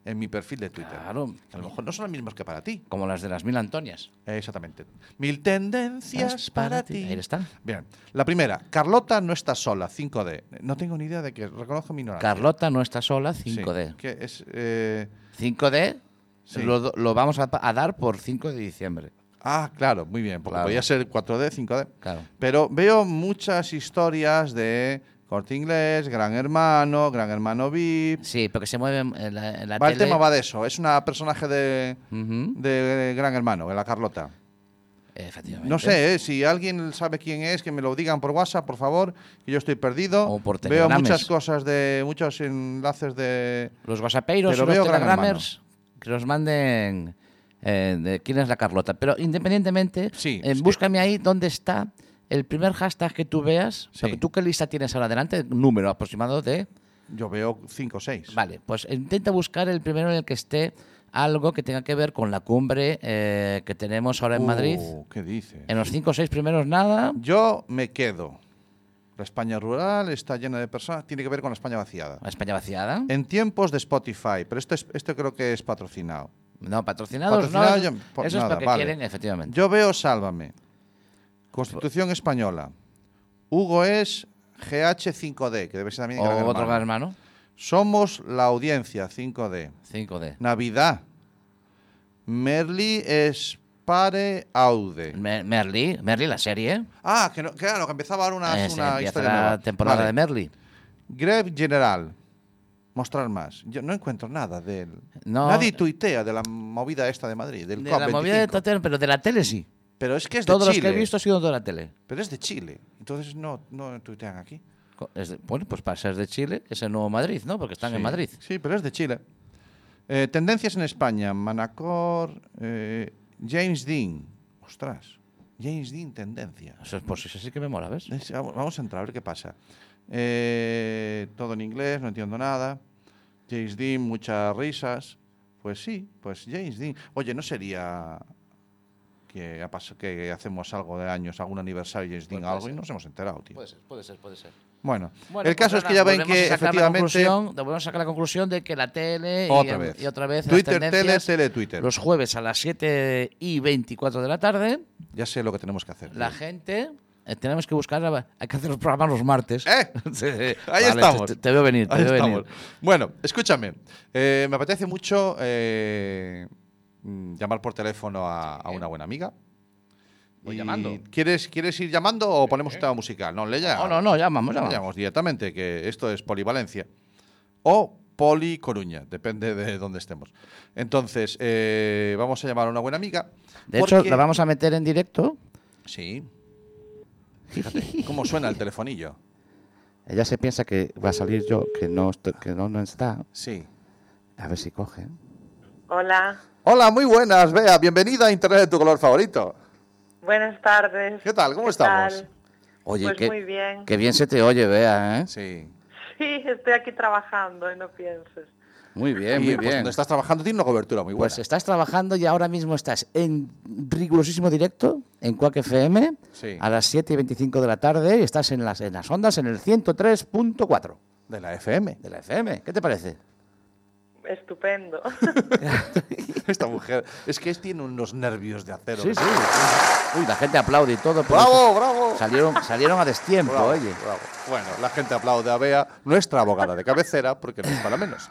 C: en mi perfil de Twitter.
D: Claro.
C: A lo mejor no son las mismas que para ti.
D: Como las de las mil Antonias.
C: Eh, Exactamente. Mil tendencias
D: Es
C: para ti.
D: Ahí está.
C: Bien. La primera, Carlota no está sola, 5D. No tengo ni idea de que reconozco mi ignorancia.
D: Carlota no está sola,
C: Sí,
D: 5D.
C: que es, eh,
D: 5D
C: Sí.
D: lo, do- lo vamos a, pa- a dar por 5 de diciembre.
C: ah, claro, muy bien, porque
D: Claro.
C: podía ser 4D, 5D.
D: Claro.
C: Pero veo muchas historias de Corte Inglés, Gran Hermano, Gran Hermano VIP.
D: Sí, porque se mueve en la, en la
C: Va, el
D: tele.
C: tema va de eso. Es una personaje de,
D: Ujú,
C: de Gran Hermano, de la Carlota.
D: Efectivamente.
C: No sé, eh, si alguien sabe quién es, que me lo digan por WhatsApp, por favor, que yo estoy perdido.
D: O por
C: veo
D: telegrames.
C: muchas cosas de muchos enlaces de
D: Los guasapeiros
C: Pero
D: o los
C: veo Gran
D: telegramers que nos manden eh, de quién es la Carlota. Pero independientemente,
C: Sí,
D: eh,
C: es que-
D: búscame ahí dónde está el primer hashtag que tú veas.
C: Sí.
D: Porque tú qué lista tienes ahora adelante, número aproximado de...
C: yo veo cinco o seis.
D: Vale, pues intenta buscar el primero en el que esté algo que tenga que ver con la cumbre eh, que tenemos ahora en
C: Uh,
D: Madrid.
C: ¿Qué dice?
D: En los cinco o seis primeros nada.
C: Yo me quedo. La España rural está llena de personas, tiene que ver con la España vaciada.
D: España vaciada.
C: En tiempos de Spotify, pero esto, es, esto creo que es patrocinado.
D: No, patrocinados.
C: Patrocinado
D: no,
C: yo- por
D: eso es
C: nada,
D: porque
C: vale.
D: quieren, efectivamente.
C: Yo veo Sálvame,
D: Pues
C: Constitución Española. Hugo es GH5D, que debe ser también
D: o
C: Gran
D: otro
C: Hermano.
D: gran hermano.
C: Somos la audiencia 5D.
D: 5D.
C: Navidad. Merli Espare Aude.
D: Me- Merly, Merly la serie.
C: Ah, que no- claro, que empezaba ahora Ah, una,
D: Eh, se
C: una
D: empieza
C: historia
D: la
C: nueva.
D: temporada
C: Vale.
D: de Merly.
C: Greve General. Mostrar más. Yo no encuentro nada de él.
D: No.
C: Nadie tuitea de la movida esta de Madrid, del
D: De
C: COP25.
D: la movida de Tatero, pero de la tele sí.
C: Pero es que es
D: Todos
C: de
D: los
C: Chile.
D: que he visto ha sido de la tele.
C: Pero es de Chile. Entonces no, no tuitean aquí.
D: Co- es de- bueno, pues para ser de Chile es el nuevo Madrid, ¿no? Porque están en
C: Sí.
D: Madrid.
C: Sí, pero es de Chile. Eh, tendencias en España. Manacor, eh, James Dean. Ostras. James Dean, tendencias.
D: Eso es, pues eso sí que me mola, ¿ves?
C: Es- vamos- Vamos a entrar a ver qué pasa. Eh, todo en inglés, no entiendo nada. James Dean, muchas risas. Pues sí, pues James Dean. Oye, ¿no sería que, ha pas- que hacemos algo de años, algún aniversario de James Dean, algo y nos hemos enterado, tío?
D: ser, Pues puede ser, puede ser. pues
C: Bueno, el caso es que ya ven que efectivamente...
D: Volvemos a sacar la conclusión de que la tele y-
C: Otra
D: y,
C: vez.
D: otra vez las
C: Twitter, tele,
D: tendencias,
C: tele, Twitter.
D: Los jueves a las 7 y 24 de la tarde,
C: Ya sé lo que tenemos que hacer.
D: la
C: tío.
D: gente. eh, tenemos que buscar. la- Hay que hacer los programas los martes.
C: ¡Eh!
D: Sí, Ahí
C: estamos.
D: Te, te veo venir, te
C: Ahí
D: veo
C: estamos.
D: venir.
C: Bueno, escúchame. eh, me apetece mucho eh, mm, llamar por teléfono a, a una buena amiga.
D: Voy
C: Y
D: llamando. ¿Eh?
C: ¿quieres, ¿Quieres ir llamando o ponemos un tema musical? No, le
D: No,
C: llamamos.
D: no, no, llamamos,
C: Le
D: llamamos.
C: llamamos directamente, que esto es Polivalencia. O Poli Coruña, depende de dónde estemos. Entonces, eh, vamos a llamar a una buena amiga.
D: De hecho,
C: porque-
D: la vamos a meter en directo.
C: Sí. Fíjate cómo suena el telefonillo.
D: Ella se piensa que va a salir yo, que no, estoy- que no, no está.
C: Sí.
D: A ver si coge.
F: Hola,
C: Hola, muy buenas, Bea. Bienvenida a Internet de tu color favorito.
F: buenas tardes.
C: ¿Qué tal? ¿Cómo estamos?
D: Oye,
F: Pues
D: qué,
F: muy bien.
D: qué bien se te oye, Bea, ¿eh?
C: Sí.
F: Sí, estoy aquí trabajando, y no pienses.
D: Muy bien,
C: Y,
D: muy
C: pues,
D: bien.
C: donde estás trabajando tiene una cobertura muy buena.
D: Pues estás trabajando y ahora mismo estás en rigurosísimo directo en Quack FM
C: Sí.
D: a las 7 y 25 de la tarde y estás en las, en las ondas en el 103.4
C: de la FM.
D: de la FM. ¿Qué te parece?
F: Estupendo.
C: Esta mujer es que tiene unos nervios de acero.
D: Sí, sí. Uy, la gente aplaude y todo. pero
C: ¡Bravo, bravo!
D: Salieron, salieron a destiempo,
C: Bravo,
D: oye.
C: bravo. Bueno, la gente aplaude a Bea, nuestra abogada de cabecera, porque no es para menos.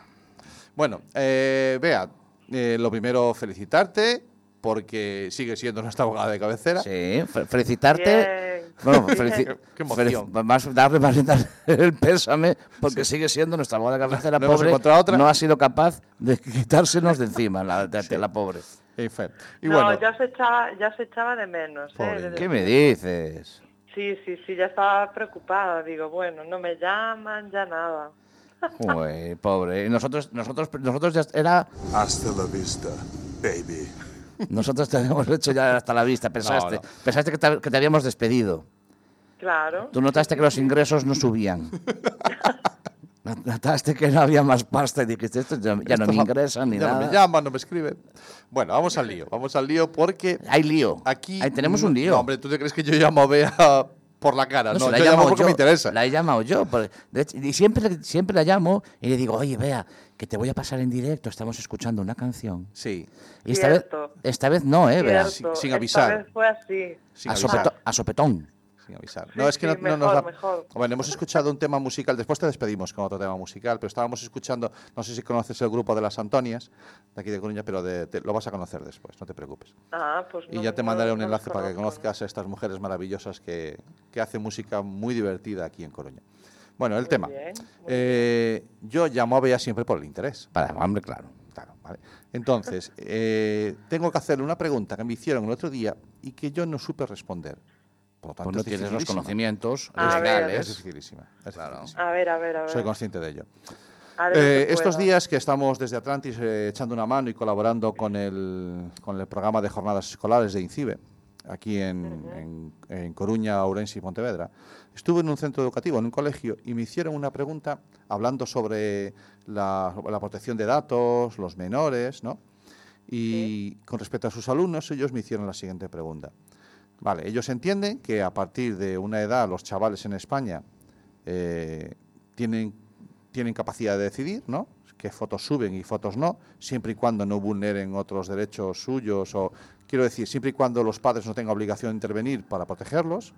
C: Bueno, eh, Bea, eh, lo primero felicitarte, porque sigue siendo nuestra abogada de cabecera.
D: Sí, fe- felicitarte.
F: Bien.
D: Bueno,
C: pues
F: Bien.
D: felici-
C: Qué- qué emoción.
D: felici- más darle más darle el pésame, porque sigue siendo nuestra abogada de cabecera
C: No hemos
D: pobre.
C: encontrado otra.
D: No ha sido capaz de quitársenos de encima la, de- la pobre.
C: En fin. Y
F: no,
C: bueno,
F: ya, se echaba, ya se echaba de menos. ¿eh?
C: Pobre.
F: Desde-
D: ¿Qué me dices?
F: Sí, sí, sí, ya estaba preocupada. Digo, bueno, no me llaman, ya nada.
D: Uy, pobre. Y Nosotros, nosotros, nosotros ya era,
G: Hasta la vista, baby.
D: nosotros te habíamos hecho ya hasta la vista. Pensaste,
C: no.
D: pensaste que te, que te habíamos despedido.
F: Claro.
D: Tú notaste que los ingresos no subían. Notaste que no había más pasta y dijiste, esto ya, ya no
C: esto
D: me
C: ja-
D: ingresan ni
C: ya
D: nada.
C: no me llaman, no me escriben. Bueno, vamos al lío, vamos al lío porque
D: Hay lío.
C: aquí...
D: Ahí tenemos un lío.
C: No, hombre, ¿tú te crees que yo llamo a Bea por la cara? No,
D: se la he
C: yo llamo
D: llamado
C: porque
D: yo,
C: me interesa.
D: La he llamado yo. por- de hecho, y siempre, le- siempre la llamo y le digo, oye, vea, que te voy a pasar en directo, estamos escuchando una canción.
C: Sí,
D: Y esta vez,
F: Cierto.
D: esta vez no, ¿eh, Bea?
F: Cierto,
C: sin- sin
F: esta
C: avisar.
F: vez fue así.
C: sin
D: A,
C: avisar.
D: sopeto- a sopetón.
C: sin avisar.
F: Sí,
C: no, es que no,
F: sí,
C: no nos
F: mejor,
C: da.
F: mejor.
C: Bueno, hemos escuchado un tema musical, después te despedimos con otro tema musical, pero estábamos escuchando, no sé si conoces el grupo de las Antonias, de aquí de Coruña, pero de- te- lo vas a conocer después, no te preocupes.
F: Ah, pues
C: Y
F: no-
C: ya te
F: no-
C: mandaré un
F: no
C: enlace
F: los
C: para que
F: conozco.
C: conozcas a estas mujeres maravillosas que, que hacen música muy divertida aquí en Coruña. Bueno, el tema.
F: bien, muy
C: Eh, yo llamo a Bea siempre por el interés.
D: Para, hombre, claro.
C: Claro, vale. Entonces, eh, tengo que hacerle una pregunta que me hicieron el otro día y que yo no supe responder. Por lo tanto,
D: Pues no
C: es
D: tienes los
C: dificilísima.
D: conocimientos
F: A ver.
C: Es
D: legales.
C: dificilísima. es dificilísima.
F: A ver, a ver, a ver.
C: Soy consciente de ello.
F: A ver si
C: Eh,
F: puedo.
C: estos días que estamos desde Atlantis eh, echando una mano y colaborando con el, con el programa de jornadas escolares de INCIBE, aquí en, en- en Coruña, Ourense y Pontevedra, estuve en un centro educativo, en un colegio, y me hicieron una pregunta hablando sobre la, la protección de datos, los menores, ¿no? Y con respecto a sus alumnos, ellos me hicieron la siguiente pregunta. Vale, ellos entienden que a partir de una edad los chavales en España eh, tienen, tienen capacidad de decidir, ¿no? Que fotos suben y fotos no, siempre y cuando no vulneren otros derechos suyos o, quiero decir, siempre y cuando los padres no tengan obligación de intervenir para protegerlos.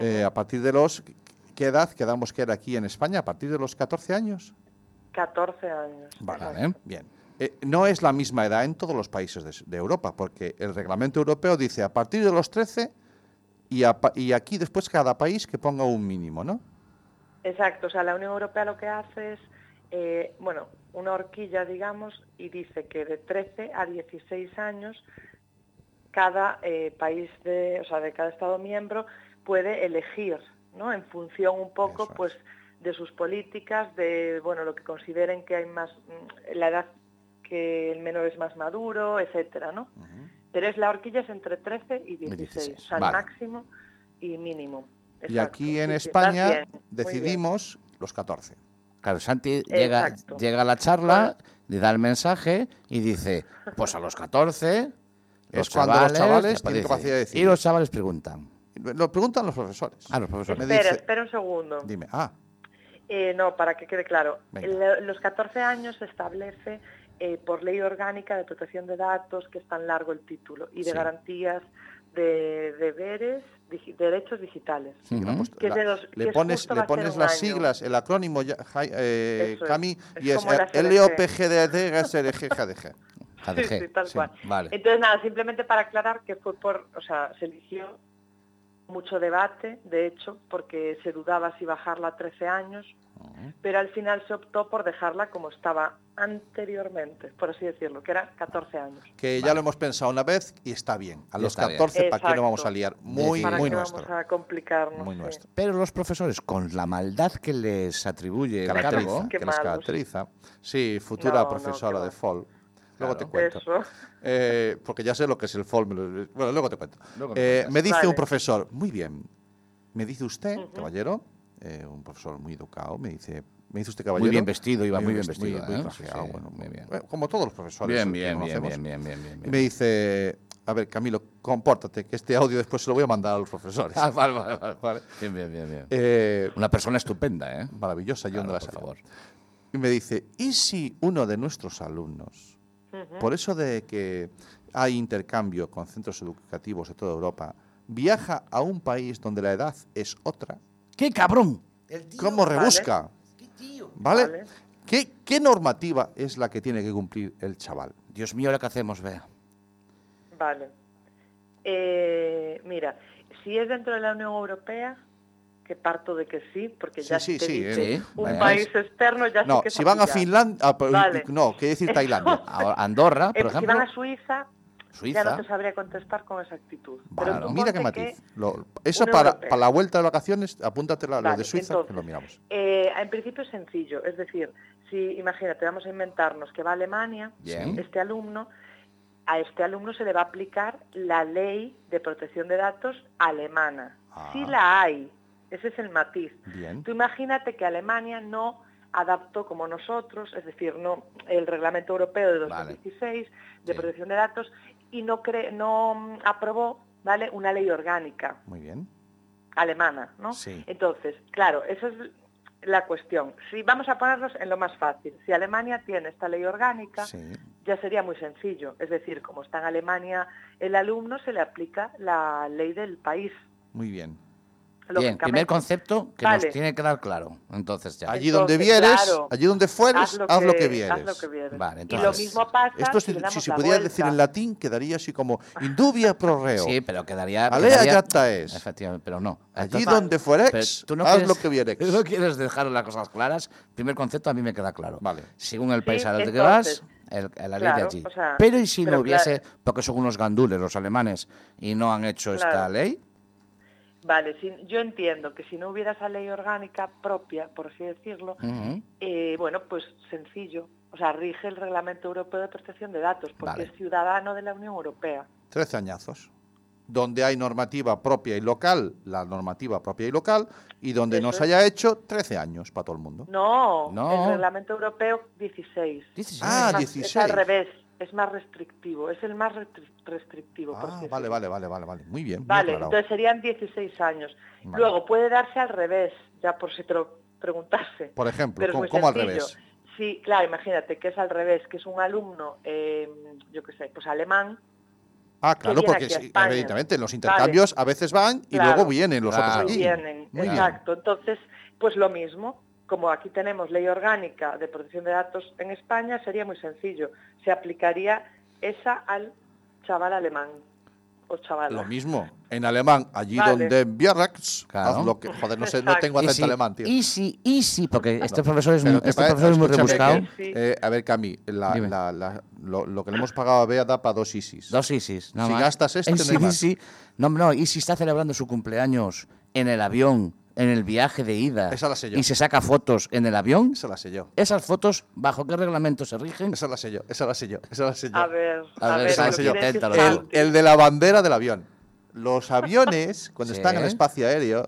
C: Eh, a partir de los, ¿qué edad quedamos que era aquí en España? A partir de los 14 años.
F: 14 años.
D: Vale.
C: Bien. Eh, no es la misma edad en todos los países de, de Europa, porque el reglamento europeo dice a partir de los 13 y, a pa- y aquí después cada país que ponga un mínimo, ¿no?
F: Exacto, o sea, la Unión Europea lo que hace es, eh, bueno, una horquilla, digamos, y dice que de 13 a 16 años cada eh, país, de, o sea, de cada Estado miembro puede elegir, ¿no? En función un poco,
C: Eso es.
F: pues, de sus políticas, de, bueno, lo que consideren que hay más, mm, la edad que el menor es más maduro, etcétera, ¿no? Pero es la horquilla es entre 13 y 16,
D: 16,
F: o sea,
C: vale.
F: máximo y mínimo.
C: Y
F: Exacto,
C: aquí en
F: sí, sí, estás
C: España
F: bien, muy bien.
C: decidimos los 14.
D: Claro, Santi llega,
F: Exacto.
D: llega a la charla, le da el mensaje y dice, pues a los 14...
C: Es cuando los chavales tienen
D: dice,
C: capacidad de decidir.
D: Y los chavales preguntan.
C: Lo preguntan los profesores.
D: A los profesores.
C: Me
F: Espera,
C: dice-
F: espera un segundo.
C: Dime, ah,
F: Eh, no, para que quede claro.
C: Venga.
F: Lo- Los 14 años se establece eh, por ley orgánica de protección de datos, que es tan largo el título, y de
C: Sí.
F: garantías de deberes, digi- derechos digitales.
C: sí, que la
D: Ujú.
C: post-
F: Que es
C: la-
F: de los- que
C: le
F: es
C: pones,
F: justo
C: le
F: va a ser
C: pones
F: un
C: las
F: año.
C: siglas, el acrónimo, ya- ja- eh,
F: Eso es.
C: Cami,
F: Es
C: y es E
F: como la CDG.
C: LOPGDDGSRGJDG.
D: JDG.
F: Sí, sí, tal
C: sí,
F: cual.
D: vale.
F: Entonces, nada, simplemente para aclarar que fue por, o sea, se eligió mucho debate, de hecho, porque se dudaba si bajarla a 13 años, pero al final se optó por dejarla como estaba anteriormente, por así decirlo, que era 14 años.
C: Que ya lo hemos pensado una vez y está bien. A
D: Y
C: los
D: está bien.
C: 14, ¿para qué
F: Exacto.
C: lo vamos a liar? Muy,
D: Para
C: muy
F: que
C: nuestro.
F: vamos a complicarnos.
C: Muy
F: sí.
C: nuestro.
D: Pero los profesores, con la maldad que les atribuye el cargo,
C: Caracteriza,
F: Qué
C: que las
F: malos.
C: caracteriza. Sí, futura
F: No, no,
C: profesora
F: qué
C: de
F: mal.
C: FOL. Luego
D: Claro.
C: te cuento.
F: Eso.
C: Eh, porque ya sé lo que es el FOL. me lo- Bueno, luego te cuento.
D: Luego me
C: Eh,
D: cuentas.
C: me dice
F: Vale.
C: un profesor, muy bien, Me dice usted, caballero, eh, un profesor muy educado, me dice, me dice usted caballero.
D: Muy bien vestido, iba
C: Eh,
D: muy bien
C: vest- muy-
D: vestido.
C: muy
D: ¿eh?
C: trajeado,
D: Sí,
C: bueno,
D: muy bien.
C: bueno, como todos los profesores.
D: Bien,
C: que
D: bien, bien,
C: conocemos.
D: bien, bien, bien, bien,
C: Y
D: bien.
C: me dice, a ver, Camilo, compórtate, que este audio después se lo voy a mandar a los profesores.
D: Ah, vale, vale, vale, vale. Bien, bien, bien, bien.
C: Eh,
D: Una persona estupenda, ¿eh?
C: maravillosa, John
D: Claro,
C: de la
D: por
C: Sala.
D: favor.
C: Y me dice, ¿y si uno de nuestros alumnos, por eso de que hay intercambio con centros educativos de toda Europa, viaja a un país donde la edad es otra?
D: ¡Qué cabrón!
C: ¿Cómo rebusca? ¿Vale?
F: Vale.
C: ¿Qué, qué normativa es la que tiene que cumplir el chaval?
D: Dios mío, lo que hacemos, vea.
F: Vale. Eh, mira, si es dentro de la Unión Europea, que parto de que sí, porque
C: Sí,
F: ya
C: sí,
F: te
C: sí,
F: he
C: eh.
F: dicho,
D: Sí,
F: un
D: vaya.
F: país externo ya sé
C: No,
F: que es
C: si van a
F: apoyado.
C: Finlandia... ah, pero-
F: Vale.
C: No, quiere decir Tailandia.
D: Ahora, Andorra,
F: Eh,
D: por
F: si
D: ejemplo.
F: van a Suiza, ya
D: Suiza.
F: no te sabría contestar con exactitud.
C: Vale,
F: tú
C: mira qué
F: ponte
C: matiz.
F: que,
C: Lo- eso
F: Unión
C: para,
F: Europea.
C: para la vuelta de vacaciones, apúntatela lo
F: Vale,
C: de Suiza, que
F: entonces,
C: lo miramos.
F: eh, en principio es sencillo, es decir, si imagínate, vamos a inventarnos que va a Alemania,
D: Bien.
F: este alumno, a este alumno se le va a aplicar la ley de protección de datos alemana.
C: Ah.
F: Si la hay, ese es el matiz.
C: Bien.
F: Tú imagínate que Alemania no adaptó como nosotros, es decir, no el reglamento europeo de
D: Vale.
F: 2016 de
D: Sí.
F: protección de datos y no cre- no mm, aprobó, ¿vale? una ley orgánica
C: Muy bien.
F: alemana, ¿no?
C: Sí.
F: Entonces, claro, esa es la cuestión. Si vamos a ponernos en lo más fácil, si Alemania tiene esta ley orgánica,
C: Sí.
F: ya sería muy sencillo. Es decir, como está en Alemania el alumno, se le aplica la ley del país.
C: Muy bien.
D: Bien,
F: lógicamente.
D: primer concepto que
F: Vale.
D: nos tiene que dar claro. Entonces ya.
C: Allí
F: Entonces,
C: donde vieres,
F: claro,
C: allí donde fueres, Pues, haz lo, que,
F: haz
C: vieres.
F: lo que vieres.
D: Vale,
F: y lo
D: entonces,
F: mismo pasa
C: Esto
F: si,
C: si,
F: le damos
C: si se
F: la
C: pudiera
F: vuelta.
C: decir en latín quedaría así como indubia pro reo.
D: Sí, pero quedaría.
C: Alea
D: quedaría-
C: yacta es.
D: Efectivamente, pero no.
C: Allí
D: Entonces-
C: donde fuerex,
D: Pero tú
C: haz
D: quieres-
C: lo que vierex.
D: tú No quieres dejar las cosas claras. Primer concepto a mí me queda claro.
C: Vale.
D: Según el
F: Sí,
D: país al que
F: entonces,
D: vas, el- la ley de
F: claro,
D: allí.
F: o sea,
D: pero y si no
F: pero
D: hubiese,
F: claro.
D: porque son unos gandules los alemanes y no han hecho esta
F: Claro.
D: ley.
F: Vale, si- yo entiendo que si no hubiera esa ley orgánica propia, por así decirlo,
D: Ujú.
F: Eh, bueno, pues sencillo. O sea, rige el Reglamento Europeo de Protección de Datos, porque
D: Vale.
F: es ciudadano de la Unión Europea.
C: Trece añazos. Donde hay normativa propia y local, la normativa propia y local, y donde
F: Eso
C: no se
F: es.
C: haya hecho, 13 años para todo el mundo.
F: No,
D: No.
F: el Reglamento Europeo 16.
D: Dices,
C: Ah,
F: Es más-
C: 16.
F: Es al revés, es más restrictivo, es el más restri- restrictivo. por
C: Ah,
F: así
C: vale,
F: decirlo.
C: vale, vale, vale, vale. Muy bien. muy
F: pues Vale,
C: aclarado.
F: entonces serían 16 años.
C: Vale.
F: Luego puede darse al revés, ya por si te lo preguntase.
C: Por ejemplo,
F: Pero es
C: ¿cómo-
F: muy
C: cómo al
F: sencillo.
C: revés?
F: Sí, claro, imagínate que es al revés, que es un alumno, eh, yo qué sé, pues alemán,
C: ah, claro,
F: viene
C: porque
F: aquí a
C: sí,
F: España.
C: evidentemente los
F: Vale.
C: intercambios a veces van y
F: Claro.
C: luego vienen los
D: Claro.
C: otros
F: Sí,
C: aquí.
F: vienen,
C: Muy bien.
F: exacto. Entonces, pues lo mismo, como aquí tenemos ley orgánica de protección de datos en España, sería muy sencillo. Se aplicaría esa al chaval alemán o chaval.
C: Lo mismo, en alemán, allí
F: Vale.
C: donde vierrax,
D: Claro.
C: haz lo que. Joder, no, sé, no tengo
D: y
C: acento
D: si-
C: alemán, tío.
D: Easy, easy, porque este profesor es,
C: Pero
D: muy-
C: te
D: este
C: parece-
D: profesor es muy
C: escúchame
D: rebuscado.
C: que,
F: Sí.
C: eh, a ver, Cami, la-
D: Dime.
C: la- la- lo, lo que le hemos pagado a Bea da para dos ISIS.
D: Dos ISIS. nada
C: Si
D: más.
C: gastas este,
D: En
C: no hay
D: sí,
C: más.
D: sí. No, no, y si está celebrando su cumpleaños en el avión, en el viaje de ida,
C: Esa la sé yo.
D: y se saca fotos en el avión,
C: Esa la sé yo.
D: esas fotos, ¿bajo qué reglamento se rigen?
C: Esa la sé yo. Esa la sé yo. Esa la sé yo.
F: A ver,
D: A
F: a
D: ver,
F: ver,
D: esa
F: lo
D: es
F: que
D: yo,
F: quieres es
D: inténtalo.
C: El,
F: fácil.
C: el de la bandera del avión. Los aviones, cuando
D: Sí.
C: están en el espacio aéreo,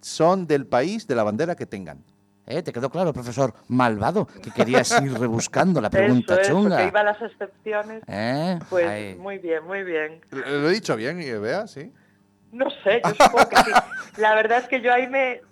C: son del país de la bandera que tengan.
D: Eh, ¿Te quedó claro, profesor malvado, que querías ir rebuscando la
F: Eso,
D: pregunta
F: eso,
D: chunga?
F: que iba a las excepciones.
D: ¿Eh?
F: Pues
D: Ahí.
F: muy bien, muy bien.
C: Lo lo he dicho bien, eh, Bea, sí.
F: No sé, yo supongo que sí. La verdad es que yo ahí me...
C: es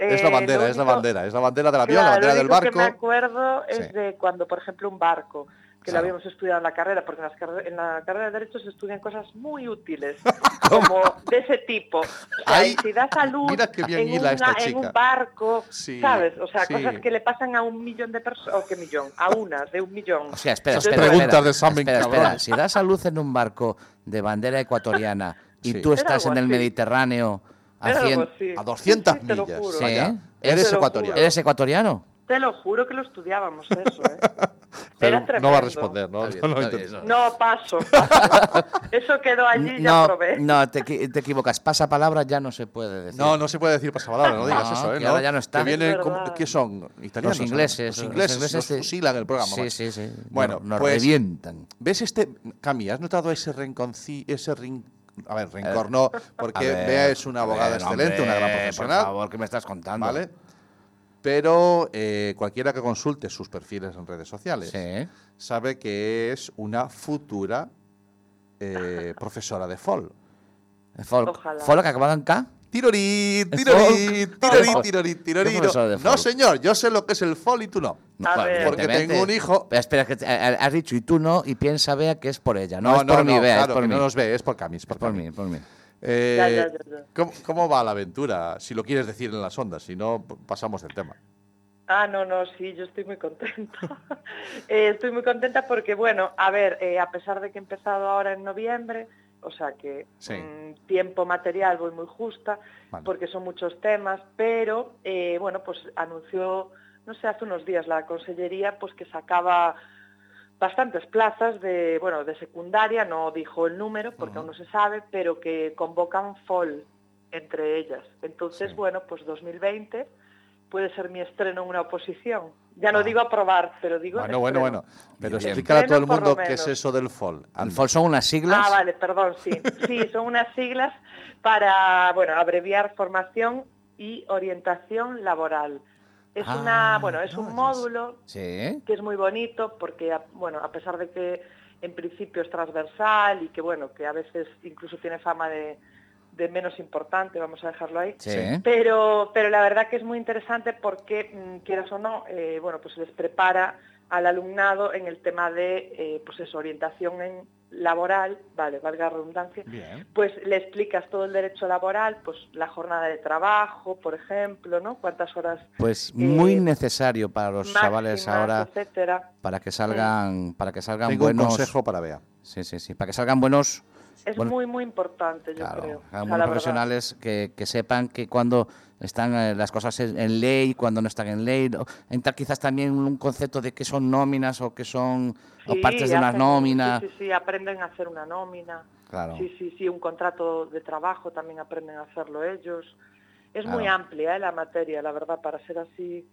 F: eh,
C: la
F: lo
C: bandera, es la
F: único-
C: bandera. Es la bandera del avión,
F: Claro,
C: la bandera
F: lo
C: del
F: único que me
C: barco.
F: acuerdo es
C: Sí.
F: de cuando, por ejemplo, un barco, que
C: Claro.
F: lo habíamos estudiado en la carrera, porque en, las carre- en la carrera de Derecho se estudian cosas muy útiles, como de ese tipo. O sea,
C: Ay,
F: si das a luz
C: mira qué bien
F: en,
C: hila esta
F: en
C: chica.
F: un barco,
C: Sí,
F: ¿sabes? O sea,
C: sí.
F: cosas que le pasan a un millón de personas, o qué millón, a una, de un millón.
D: O sea, espera,
C: Esas
D: espera.
C: preguntas
D: espera,
C: de examen,
D: espera, espera.
C: cabrón.
D: Si das a luz en un barco de bandera ecuatoriana y
C: Sí.
D: tú
F: Era
D: estás
F: algo
D: en el
F: así.
D: Mediterráneo
F: Era algo
D: haciendo...
F: así.
C: a 200
F: te lo
C: millas.
F: juro.
D: Sí.
C: Vaya,
D: Te
C: eres
F: lo
C: ecuatoriano.
F: juro.
D: ¿Eres ecuatoriano?
F: Te lo juro que lo estudiábamos eso, ¿eh?
C: Pero
F: Era
C: no va a
F: tremendo.
C: responder, ¿no?
D: Está bien,
C: No lo
D: está
C: intento.
D: bien,
F: No, paso, paso. Eso quedó allí, y ya
D: no,
F: probé.
D: no, te, equi- te equivocas. Pasapalabra ya no se puede decir.
C: No, no se puede decir pasapalabra, no digas
D: No,
C: eso, ¿eh?
D: que ahora ya no está.
C: Que vienen
F: Es
C: como-
F: verdad.
C: ¿Qué son? ¿Italianos?
D: los
C: ¿no?
D: ingleses.
C: Los ingleses, nos
D: te-
C: fusilan el programa.
D: Sí,
C: macho.
D: sí, sí.
C: Bueno,
D: nos, nos
C: pues,
D: revientan.
C: ¿Ves este...? Cami, ¿has notado ese rinconci- ese rin- A ver, rencor no, porque
D: Eh, A ver,
C: Bea es una
D: a
C: abogada
D: ver,
C: excelente,
D: hombre,
C: una gran
D: Por
C: profesional,
D: favor, ¿qué me estás contando?
C: ¿vale? Pero eh, cualquiera que consulte sus perfiles en redes sociales
D: Sí.
C: sabe que es una futura eh, profesora de folk.
D: Folk.
F: Ojalá.
D: ¿Folk acabado en K?
C: Tirorí,
D: ¿Es
C: tirorí,
D: folk?
C: tirorí,
D: Folk.
C: tirorí,
D: Yo
C: tirorí.
D: soy profesora
C: No,
D: de
C: no,
D: folk.
C: señor, yo sé lo que es el folk y tú no.
F: A
D: claro,
F: ver.
C: Porque
D: evidentemente.
C: tengo un hijo.
D: Pero espera, que te- eh, has dicho y tú no, y piensa Bea que es por ella. No, es por mí, Bea,
C: claro,
D: es por
C: que
D: mí.
C: no nos ve, es por Camis, por,
D: Es por
C: Camis.
D: mí, por mí.
C: Eh,
F: Ya, ya, ya, ya.
C: ¿cómo, cómo va la aventura? Si lo quieres decir en las ondas, si no, p- pasamos del tema.
F: Ah, no, no, sí, yo estoy muy contenta. Eh, estoy muy contenta porque, bueno, a ver, eh, a pesar de que he empezado ahora en noviembre, o sea que
C: Sí.
F: mm, tiempo material voy muy justa,
C: Vale.
F: porque son muchos temas, pero, eh, bueno, pues anunció, no sé, hace unos días la consellería, pues que sacaba bastantes plazas de, bueno, de secundaria, no dijo el número porque aún no se sabe, pero que convocan FOL entre ellas. Entonces,
C: Sí.
F: bueno, pues 2020 puede ser mi estreno en una oposición. Ya no
C: Ah.
F: digo aprobar, pero digo
C: Bueno, bueno,
F: estreno.
C: bueno. Pero
D: Bien.
C: explícale a todo el
F: Bueno, por
C: mundo
F: lo
C: qué es
F: menos.
C: eso del fall.
D: El folk son unas siglas.
F: Ah, vale, perdón, sí. Sí, son unas siglas para, bueno, abreviar formación y orientación laboral. Es
D: Ah,
F: una, bueno, es un
D: rayos.
F: módulo
D: Sí.
F: que es muy bonito porque, a- bueno, a pesar de que en principio es transversal y que, bueno, que a veces incluso tiene fama de, de menos importante, vamos a dejarlo ahí.
D: Sí.
F: Pero, pero la verdad que es muy interesante porque, mm, quieras o no, eh, bueno, pues les prepara al alumnado en el tema de, eh, pues eso, orientación en laboral, vale, valga la redundancia,
C: Bien.
F: pues le explicas todo el derecho laboral, pues la jornada de trabajo, por ejemplo, ¿no? Cuántas horas
D: Pues
F: Eh,
D: muy necesario para los chavales
F: máximas,
D: ahora
F: etcétera.
D: para que salgan para que salgan
C: Tengo
D: buenos
C: un consejo para Bea.
D: Sí, sí, sí, para que salgan buenos
F: Es
D: Bueno,
F: muy, muy importante, yo
D: Claro,
F: creo. O sea,
D: algunos
F: la verdad.
D: profesionales que, que sepan que cuando están eh, las cosas en, en ley, cuando no están en ley, lo- entra quizás también un concepto de que son nóminas o que son o
F: Sí,
D: partes de una
F: hacen-
D: nómina.
F: Sí, sí, sí, aprenden a hacer una nómina.
D: Claro.
F: Sí, sí, sí, un contrato de trabajo también aprenden a hacerlo ellos. Es muy
D: Claro.
F: amplia eh, la materia, la verdad, para ser así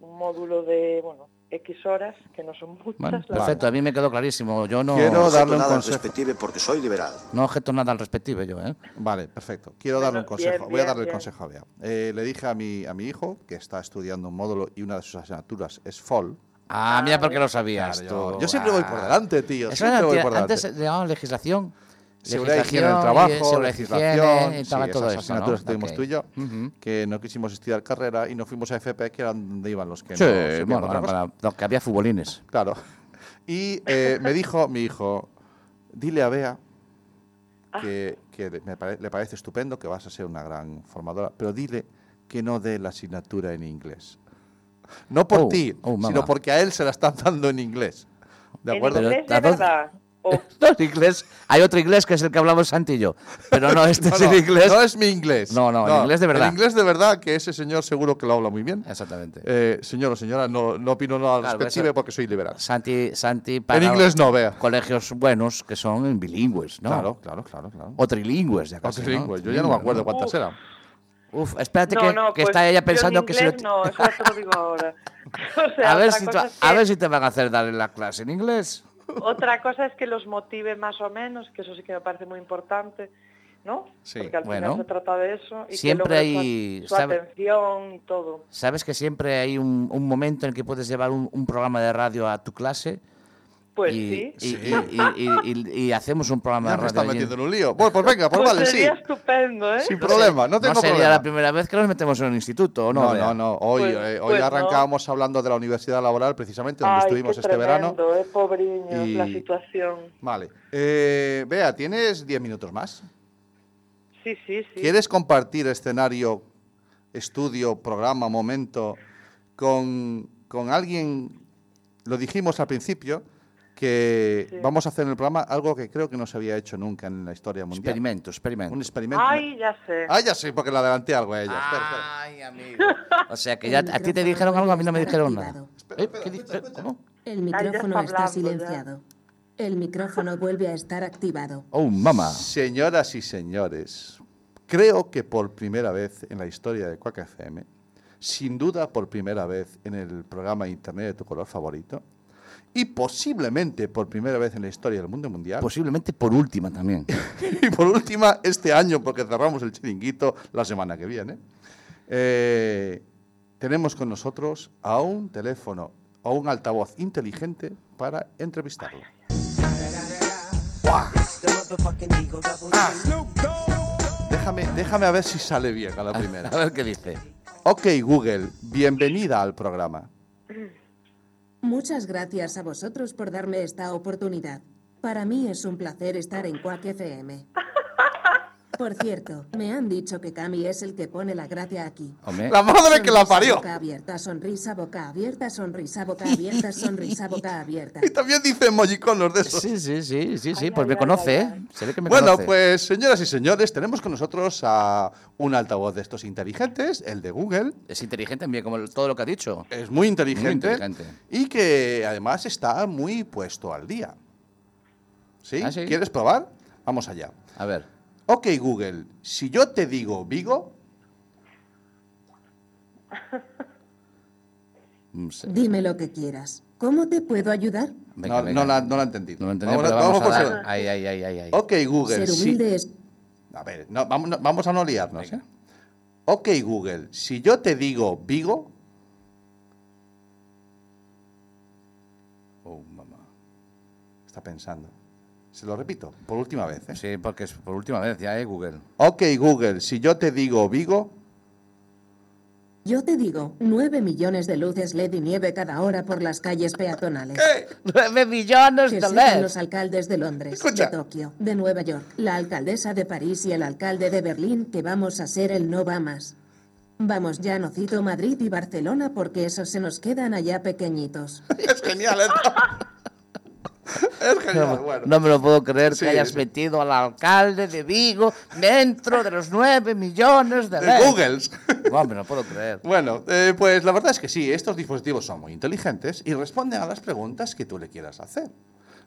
F: un módulo de, bueno, X horas, que no son muchas.
D: Bueno,
F: la
D: perfecto, a mí me quedó clarísimo. Yo no,
C: Quiero
H: objeto
C: darle un
H: nada al
C: consejo.
H: respective porque soy liberal.
D: no objeto nada al respectivo yo, ¿eh?
C: Vale, perfecto. Quiero
F: Bueno,
C: darle un consejo.
F: bien,
C: Voy a
F: bien,
C: darle el
F: bien.
C: consejo a Bea. Eh, le dije a mi, a mi hijo, que está estudiando un módulo y una de sus asignaturas es fall.
D: Ah, mira porque lo sabías
C: Claro, yo-
D: tú.
C: yo siempre voy por
D: Ah.
C: delante, tío,
D: Eso
C: siempre
D: era
C: voy
D: anti-
C: por delante.
D: antes se llamaba legislación.
C: Seguridad y higiene en el
D: Legislación y, eh,
C: trabajo,
D: seguridad y
C: legislación,
D: higiene, y
C: sí,
D: estaba
C: esas
D: todo eso,
C: asignaturas
D: ¿no?
C: que tuvimos
D: Ok.
C: tú y yo,
D: Ujú.
C: que no quisimos estudiar carrera y nos fuimos a FP, que eran donde iban los que
D: Sí,
C: no sabían
D: bueno,
C: otra
D: para,
C: cosa.
D: para- no, que había futbolines.
C: Claro. Y eh, me dijo mi hijo, dile a Bea que, que le- me pare- le parece estupendo, que vas a ser una gran formadora, pero dile que no dé la asignatura en inglés. No por
D: Oh,
C: ti,
D: oh, mamá.
C: sino porque a él se la están dando en inglés. ¿De
F: ¿En
C: acuerdo?
D: Pero
F: inglés de
D: las dos-
F: verdad? Oh. O-
D: No, el inglés. Hay otro inglés que es el que hablamos Santi y yo. Pero no, este
C: No,
D: es el
C: no,
D: inglés.
C: No es mi inglés.
D: No, no, el inglés de verdad.
C: El inglés de verdad, que ese señor seguro que lo habla muy bien.
D: Exactamente.
C: Eh, señor o señora, no, no opino nada al
D: Claro,
C: respective
D: eso-
C: porque soy liberal.
D: Santi, Santi para
C: en inglés no, vea.
D: colegios buenos que son bilingües, ¿no?
C: Claro, claro, claro, claro.
D: O trilingües, ya
C: O
D: casi.
C: trilingüe, Yo ya no me acuerdo cuántas eran.
D: Uf, espérate
F: No,
D: que,
F: no,
D: que
F: pues
D: está ella
F: yo
D: pensando
F: en
D: que si lo
F: inglés
D: ti-
F: No, eso ya te lo digo ahora. O sea,
D: a, ver
F: otra
D: si te,
F: cosa
D: va-
F: es
D: a
F: que-
D: ver si te van a hacer dar en la clase en inglés.
F: Otra cosa es que los motive más o menos, que eso sí que me parece muy importante, ¿no?
C: Sí,
F: Porque al
D: bueno.
F: final se trata de eso. Y
D: Siempre
F: que logre su-
D: hay-
F: Su,
D: sabe-
F: atención y todo.
D: Sabes que siempre hay un, un momento en el que puedes llevar un, un programa de radio a tu clase
F: Pues
D: y,
F: sí.
D: y- y- y- y- y- y hacemos un programa
C: Ya
D: de
C: me
D: radio.
C: está
D: allí.
C: metiendo en un lío. Bueno, pues venga, pues
F: Pues
C: vale, sí.
F: sería estupendo, ¿eh?
C: Sin problema, no tengo
D: sería
C: problema.
D: la primera vez que nos metemos en un instituto, ¿o no?
C: No,
D: Bea?
C: no, no. Hoy,
F: Pues-
C: eh, hoy
F: pues no.
C: arrancamos hablando de la universidad laboral, precisamente donde
F: Ay,
C: estuvimos
F: qué
C: este
F: tremendo,
C: verano.
F: ¿eh? Pobriños,
C: Y-
F: la situación.
C: Vale. Eh, Bea, ¿tienes 10 minutos más?
F: Sí, sí, sí.
C: ¿Quieres compartir escenario, estudio, programa, momento con, con alguien? Lo dijimos al principio, que
F: Sí.
C: vamos a hacer en el programa algo que creo que no se había hecho nunca en la historia mundial.
D: Experimento, experimento.
C: Un experimento.
F: Ay, ya sé.
C: Ah, ya sé, porque le adelanté algo a ella.
D: Ah,
C: Espera, espera.
D: Ay, amigo. O sea, que ya a ti te dijeron algo, a mí no me dijeron nada. Eh, ¿qué di- eh, ¿Cómo?
I: El
F: ya está
I: micrófono está
F: hablando, ya.
I: silenciado. El micrófono vuelve a estar activado.
D: Oh, mamá.
C: Señoras y señores, creo que por primera vez en la historia de Quack FM, sin duda por primera vez en el programa Internet de tu color favorito, y posiblemente por primera vez en la historia del mundo mundial.
D: Posiblemente por última también.
C: y por última, este año, porque cerramos el chiringuito la semana que viene, eh, tenemos con nosotros a un teléfono, a un altavoz inteligente para entrevistarlo. ¡Buah! Ah. Déjame, déjame a ver si sale bien a la primera.
D: A ver qué dice.
C: Ok, Google, bienvenida al programa.
I: Muchas gracias a vosotros por darme esta oportunidad. Para mí es un placer estar en Quack FM. Por cierto, me han dicho que Cami es el que pone la gracia aquí.
D: Hombre,
C: La madre que la
I: Sonrisa,
C: parió.
I: Boca abierta, sonrisa, boca abierta, sonrisa, boca abierta, sonrisa, boca abierta.
C: Y también dice emojiconos de esos.
D: Sí, sí, sí, sí, sí,
F: Ay,
D: pues me
F: ay,
D: conoce,
F: ay, ay.
D: ¿eh? Se ve que me
C: Bueno,
D: conoce.
C: pues señoras y señores, tenemos con nosotros a un altavoz de estos inteligentes, el de Google.
D: Es inteligente también, como el- todo lo que ha dicho.
C: Es muy inteligente,
D: Muy inteligente.
C: y que además está muy puesto al día. ¿Sí?
D: Ah, sí.
C: ¿Quieres probar? Vamos allá.
D: A ver,
C: Ok, Google, si yo te digo Vigo,
D: mm, sí.
I: Dime lo que quieras. ¿Cómo te puedo ayudar?
D: Venga,
C: no,
D: venga.
C: No, la, no la he entendido.
D: No lo entendía,
C: Vamos a-
D: pero vamos,
C: vamos
D: a
C: por
D: dar. Ay, ay, ay, ay, ay.
C: Ok, Google,
I: Ser
C: si,
I: humilde es
C: A ver, no, vamos, no, vamos a no liarnos.
D: Venga.
C: ¿eh? Ok, Google, si yo te digo Vigo,
D: Oh, mamá.
C: está pensando. Se lo repito, por última vez. ¿eh?
D: Sí, porque es por última vez ya, ¿eh? Google.
C: Ok, Google, si yo te digo Vigo,
I: Yo te digo, nueve millones de luces LED y nieve cada hora por las calles peatonales.
C: ¡Eh!
D: ¡Nueve millones
I: Que
D: de
I: sepan
D: leds!
I: los alcaldes de Londres,
C: Escucha.
I: de Tokio, de Nueva York, la alcaldesa de París y el alcalde de Berlín que vamos a ser el no va más. Vamos, ya no cito Madrid y Barcelona porque esos se nos quedan allá pequeñitos.
C: es genial esto. es genial, bueno.
D: No me lo puedo creer
C: Sí,
D: que hayas
C: sí.
D: metido al alcalde de Vigo dentro de los nueve millones de
C: De
D: leds.
C: Eh, Google.
D: No, me lo puedo creer.
C: Bueno, eh, pues la verdad es que sí, estos dispositivos son muy inteligentes y responden a las preguntas que tú le quieras hacer.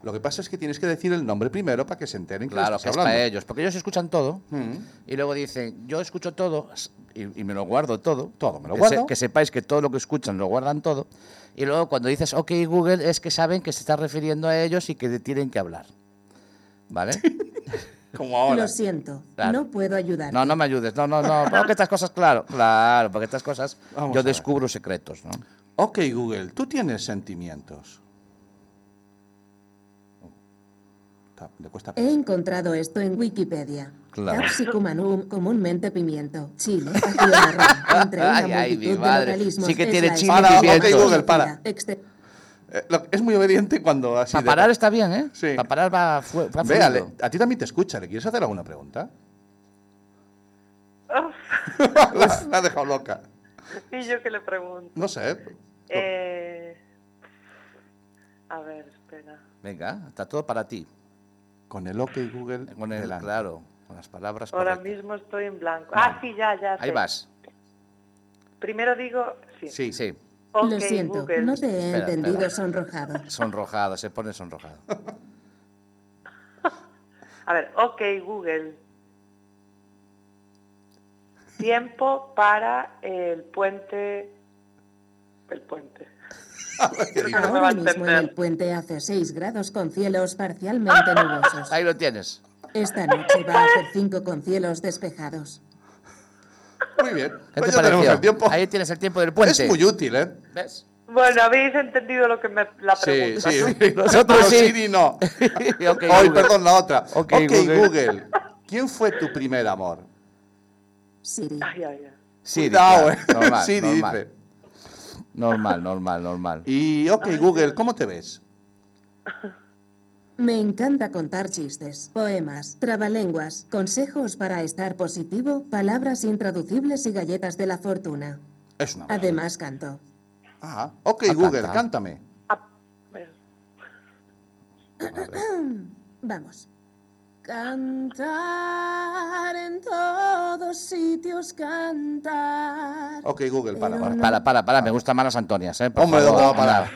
C: Lo que pasa es que tienes que decir el nombre primero para que se enteren que le
D: Claro,
C: estás
D: que es
C: hablando.
D: para ellos, porque ellos escuchan todo y luego dicen, yo escucho todo s- y, y me lo guardo todo.
C: Todo me lo
D: que
C: guardo.
D: que sepáis que todo lo que escuchan lo guardan todo. Y luego cuando dices, ok Google, es que saben que se está refiriendo a ellos y que te tienen que hablar. ¿Vale?
C: Como ahora.
I: Lo siento,
D: Claro.
I: no puedo ayudar.
D: No, no me ayudes, no, no, no, porque estas cosas, claro, claro, porque estas cosas
C: Vamos a
D: yo
C: ver.
D: descubro secretos, ¿no?
C: Ok, Google, tú tienes sentimientos. Ta- Le cuesta
I: He
C: pensar.
I: encontrado esto en Wikipedia.
D: Claro.
I: Capsicum annuum, comúnmente pimiento. Chile, ajío marrón, entre una
D: Ay, ay, mi
I: multitud de
D: madre.
I: localismos,
D: Sí que
I: es
D: tiene
I: la
D: chile
C: y
I: esencia
C: pimiento.
I: de la
C: Ok, Google, para.
I: filosofía, exte-
C: Eh, lo- es muy obediente cuando así.
D: Para
C: de-
D: parar está bien, ¿eh?
C: Sí.
D: Para parar va, fu- va
C: Ve, Ale,
D: fluido.
C: a ti también te escucha. ¿Le quieres hacer alguna pregunta? la, la ha dejado loca.
F: Y yo que le pregunto.
C: No sé.
F: Eh, a ver, espera.
D: Venga, está todo para ti.
C: Con el OK Google.
D: Con el-
C: delante.
D: claro, con las palabras
F: Ahora
D: correctas.
F: mismo estoy en blanco. Ah, sí, ya, ya.
D: Ahí
F: sé.
D: vas.
F: Primero digo, sí.
C: Sí.
D: Sí,
F: Ok,
I: Lo siento,
F: Google.
I: no te he
D: Espera,
I: entendido
D: espera.
I: sonrojado.
D: sonrojado, se pone sonrojado.
F: A ver, ok, Google. Tiempo para el puente. El puente.
C: pues,
F: Creo que no me va a
I: Ahora mismo en el
F: entender.
I: puente hace 6 grados con cielos parcialmente
F: Ah,
I: nubosos.
D: Ahí lo tienes.
I: Esta noche va a hacer 5 con cielos despejados.
C: Muy bien.
D: ¿Qué
C: Pues
D: te
C: ya tenemos
D: pareció?
C: el tiempo.
D: Ahí tienes el tiempo del puente.
C: Es muy útil, ¿eh?
D: ¿Ves?
F: Bueno, habéis entendido lo que me la
C: Sí,
F: pregunta.
C: sí.
F: ¿no?
D: Nosotros
C: Pero
D: sí.
C: Siri no.
D: Ok,
C: Hoy,
D: Google.
C: perdón, la otra. ok,
D: Ok, Google.
C: Google. ¿Quién fue tu primer amor?
I: Siri,
F: Ay, ay, ay.
D: Siri,
C: Cuidado,
D: claro,
C: eh.
D: normal,
C: Siri
D: normal,
C: dice.
D: normal, normal, normal.
C: Y ok, Google, ¿cómo te ves?
I: me encanta contar chistes, poemas, trabalenguas, consejos para estar positivo, palabras intraducibles y galletas de la fortuna.
C: Es una maravilla.
I: Además canto.
C: Ah, ok,
D: Ah,
C: Google,
D: canta.
C: cántame.
F: Ah, bueno.
I: Vamos. Cantar en todos sitios, cantar.
C: Ok, Google, para.
I: Pero
C: para.
D: Para, para, para, me gustan más las Antonias, ¿eh? Por
C: Hombre,
D: favor,
C: ¿dónde va a parar?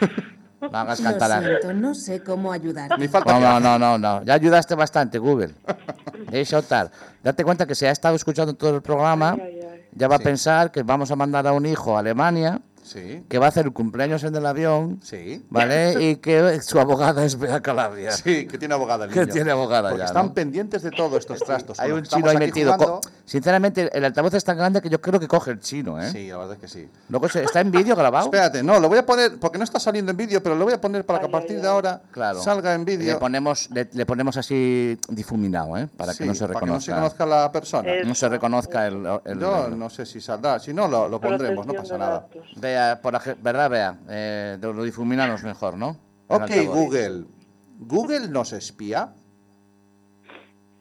D: No, no hagas
I: Lo
D: cantar. a-
I: siento, no sé cómo ayudar.
C: Ni falta
D: No,
C: que
D: no,
C: hace.
D: no, no, no. Ya ayudaste bastante, Google. Eso tal. Date cuenta que si ha estado escuchando todo el programa,
F: Ay, ay, ay.
D: ya va a pensar que vamos a mandar a un hijo a Alemania
C: Sí,
D: que va a hacer el cumpleaños en el avión,
C: sí.
D: ¿vale? Y que su abogada es Bea Calabria.
C: Sí, que tiene abogada el
D: Que
C: niño.
D: tiene abogada
C: Porque
D: ya,
C: están
D: ¿no?
C: pendientes de todos estos trastos.
D: Hay
C: Con
D: un
C: los que
D: chino ahí
C: estamos aquí
D: metido.
C: jugando-
D: Co- Sinceramente, el altavoz es tan grande que yo creo que coge el chino, ¿eh?
C: Sí, la verdad es que sí.
D: Luego se- está en vídeo grabado.
C: Espérate, no, lo voy a poner, porque no está saliendo en vídeo, pero lo voy a poner para que a
F: Ay,
C: partir
F: ay,
C: de
F: ay.
C: ahora
D: Claro.
C: salga en
D: Le
C: vídeo.
D: ponemos, le, le ponemos así difuminado, ¿eh? Para
C: Sí,
D: que no se
C: para que no se
D: reconozca.
C: conozca la persona.
F: Eh,
D: no se reconozca el. el-
C: Yo
D: el-
C: no sé si saldrá, si no, lo, lo pondremos, no pasa
F: Protección de
C: nada.
F: datos.
D: Bea, por la ge- ¿verdad, Bea? Eh, lo lo difuminamos mejor, ¿no? El
C: Ok,
D: altavoz.
C: Google. ¿Google nos espía?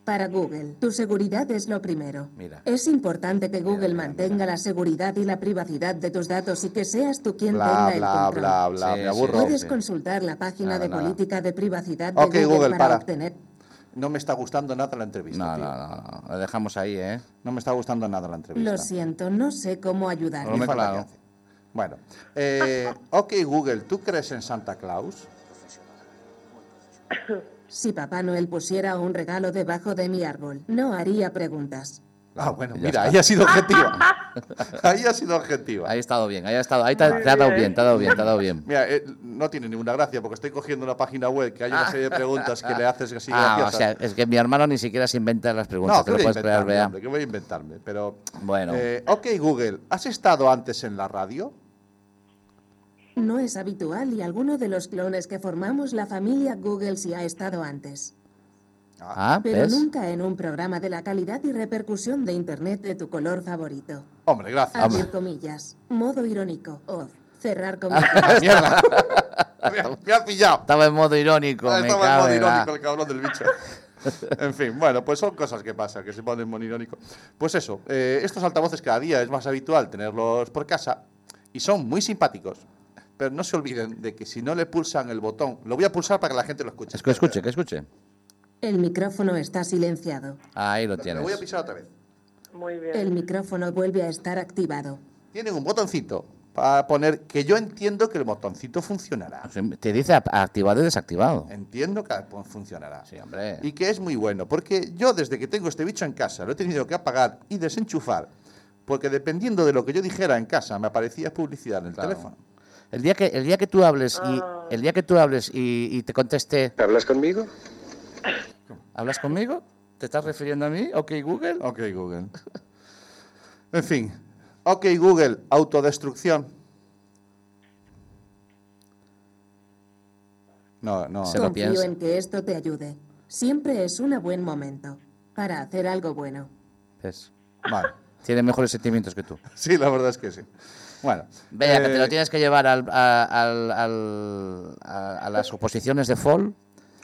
I: Para Google, tu seguridad es lo primero.
D: Mira.
I: Es importante que Google mantenga la seguridad y la privacidad de tus datos y que seas tú quien
C: Bla,
I: tenga el
C: bla,
I: control.
C: bla, bla,
D: Sí,
C: me
D: sí,
C: aburro.
I: Puedes consultar la página
D: Nada,
I: de
D: nada.
I: política de privacidad de
C: Ok, Google,
I: para,
C: para.
I: obtener.
C: No me está gustando nada la entrevista.
D: No,
C: tío.
D: no, no, no. La dejamos ahí, ¿eh?
C: No me está gustando nada la entrevista.
I: Lo siento, no sé cómo
C: Ni
I: ayudar.
D: me
C: falta
D: claro.
C: que hace. Bueno, eh, ok Google, ¿tú crees en Santa Claus?
I: Si Papá Noel pusiera un regalo debajo de mi árbol, no haría preguntas.
C: Ah, bueno,
D: Ya
C: mira,
D: está.
C: ahí ha sido objetiva. ahí ha sido objetiva.
D: Ahí ha estado bien, ahí ha estado. Ahí te, te ha dado bien, te ha dado bien, te ha dado bien.
C: Mira, eh, no tiene ninguna gracia porque estoy cogiendo una página web que hay una serie de preguntas que le haces así
D: Ah, o
C: graciosas.
D: sea, es que mi hermano ni siquiera se inventa las preguntas,
C: no, que
D: te lo
C: voy, a
D: puedes creer,
C: inventarme,
D: Bea.
C: hombre, que voy a inventarme, pero...
D: Bueno.
C: eh, ok, Google, ¿has estado antes en la radio?
I: No es habitual y alguno de los clones que formamos la familia Google sí ha estado antes.
D: Ah,
I: Pero
D: ¿ves?
I: nunca en un programa de la calidad y repercusión de Internet de tu color favorito.
C: Hombre, gracias.
I: Abrir comillas. Modo irónico. Oz. Cerrar comillas.
C: Ah, Mierda. me, ha, me ha pillado.
D: Estaba en modo irónico,
C: Ah,
D: me
C: Estaba en modo
D: cabe,
C: irónico
D: va.
C: el cabrón del bicho. En fin, bueno, pues son cosas que pasan, que se ponen en modo irónico. Pues eso, eh, estos altavoces cada día es más habitual tenerlos por casa y son muy simpáticos. Pero no se olviden de que si no le pulsan el botón, lo voy a pulsar para que la gente lo escuche.
D: Es que escuche, que escuche.
I: El micrófono está silenciado.
D: Ahí lo
C: Lo voy a
D: tienes.
C: pisar otra vez.
F: Muy bien.
I: El micrófono vuelve a estar activado.
C: Tienen un botoncito para poner que yo entiendo que el botoncito funcionará.
D: Te dice ap- activado y desactivado.
C: Entiendo que funcionará.
D: Sí, hombre.
C: Eh, Y que es muy bueno, porque yo desde que tengo este bicho en casa lo he tenido que apagar y desenchufar, porque dependiendo de lo que yo dijera en casa me aparecía publicidad en el
D: Claro.
C: teléfono.
D: El día que el día que tú hables y el día que tú hables y, y te conteste,
H: ¿Hablas conmigo?
D: ¿hablas conmigo? ¿Te estás refiriendo a mí? Ok, Google.
C: Ok, Google. en fin. Ok, Google, autodestrucción. No, no.
D: Se lo
I: Confío
D: piensa.
I: en que esto te ayude. Siempre es un buen momento para hacer algo bueno.
D: ¿Ves?
C: Vale.
D: Tiene mejores sentimientos que tú.
C: Sí, la verdad es que sí. Bueno.
D: Vea, que te
C: eh,
D: lo tienes que llevar al- a, al- al- a- a las oposiciones de Fall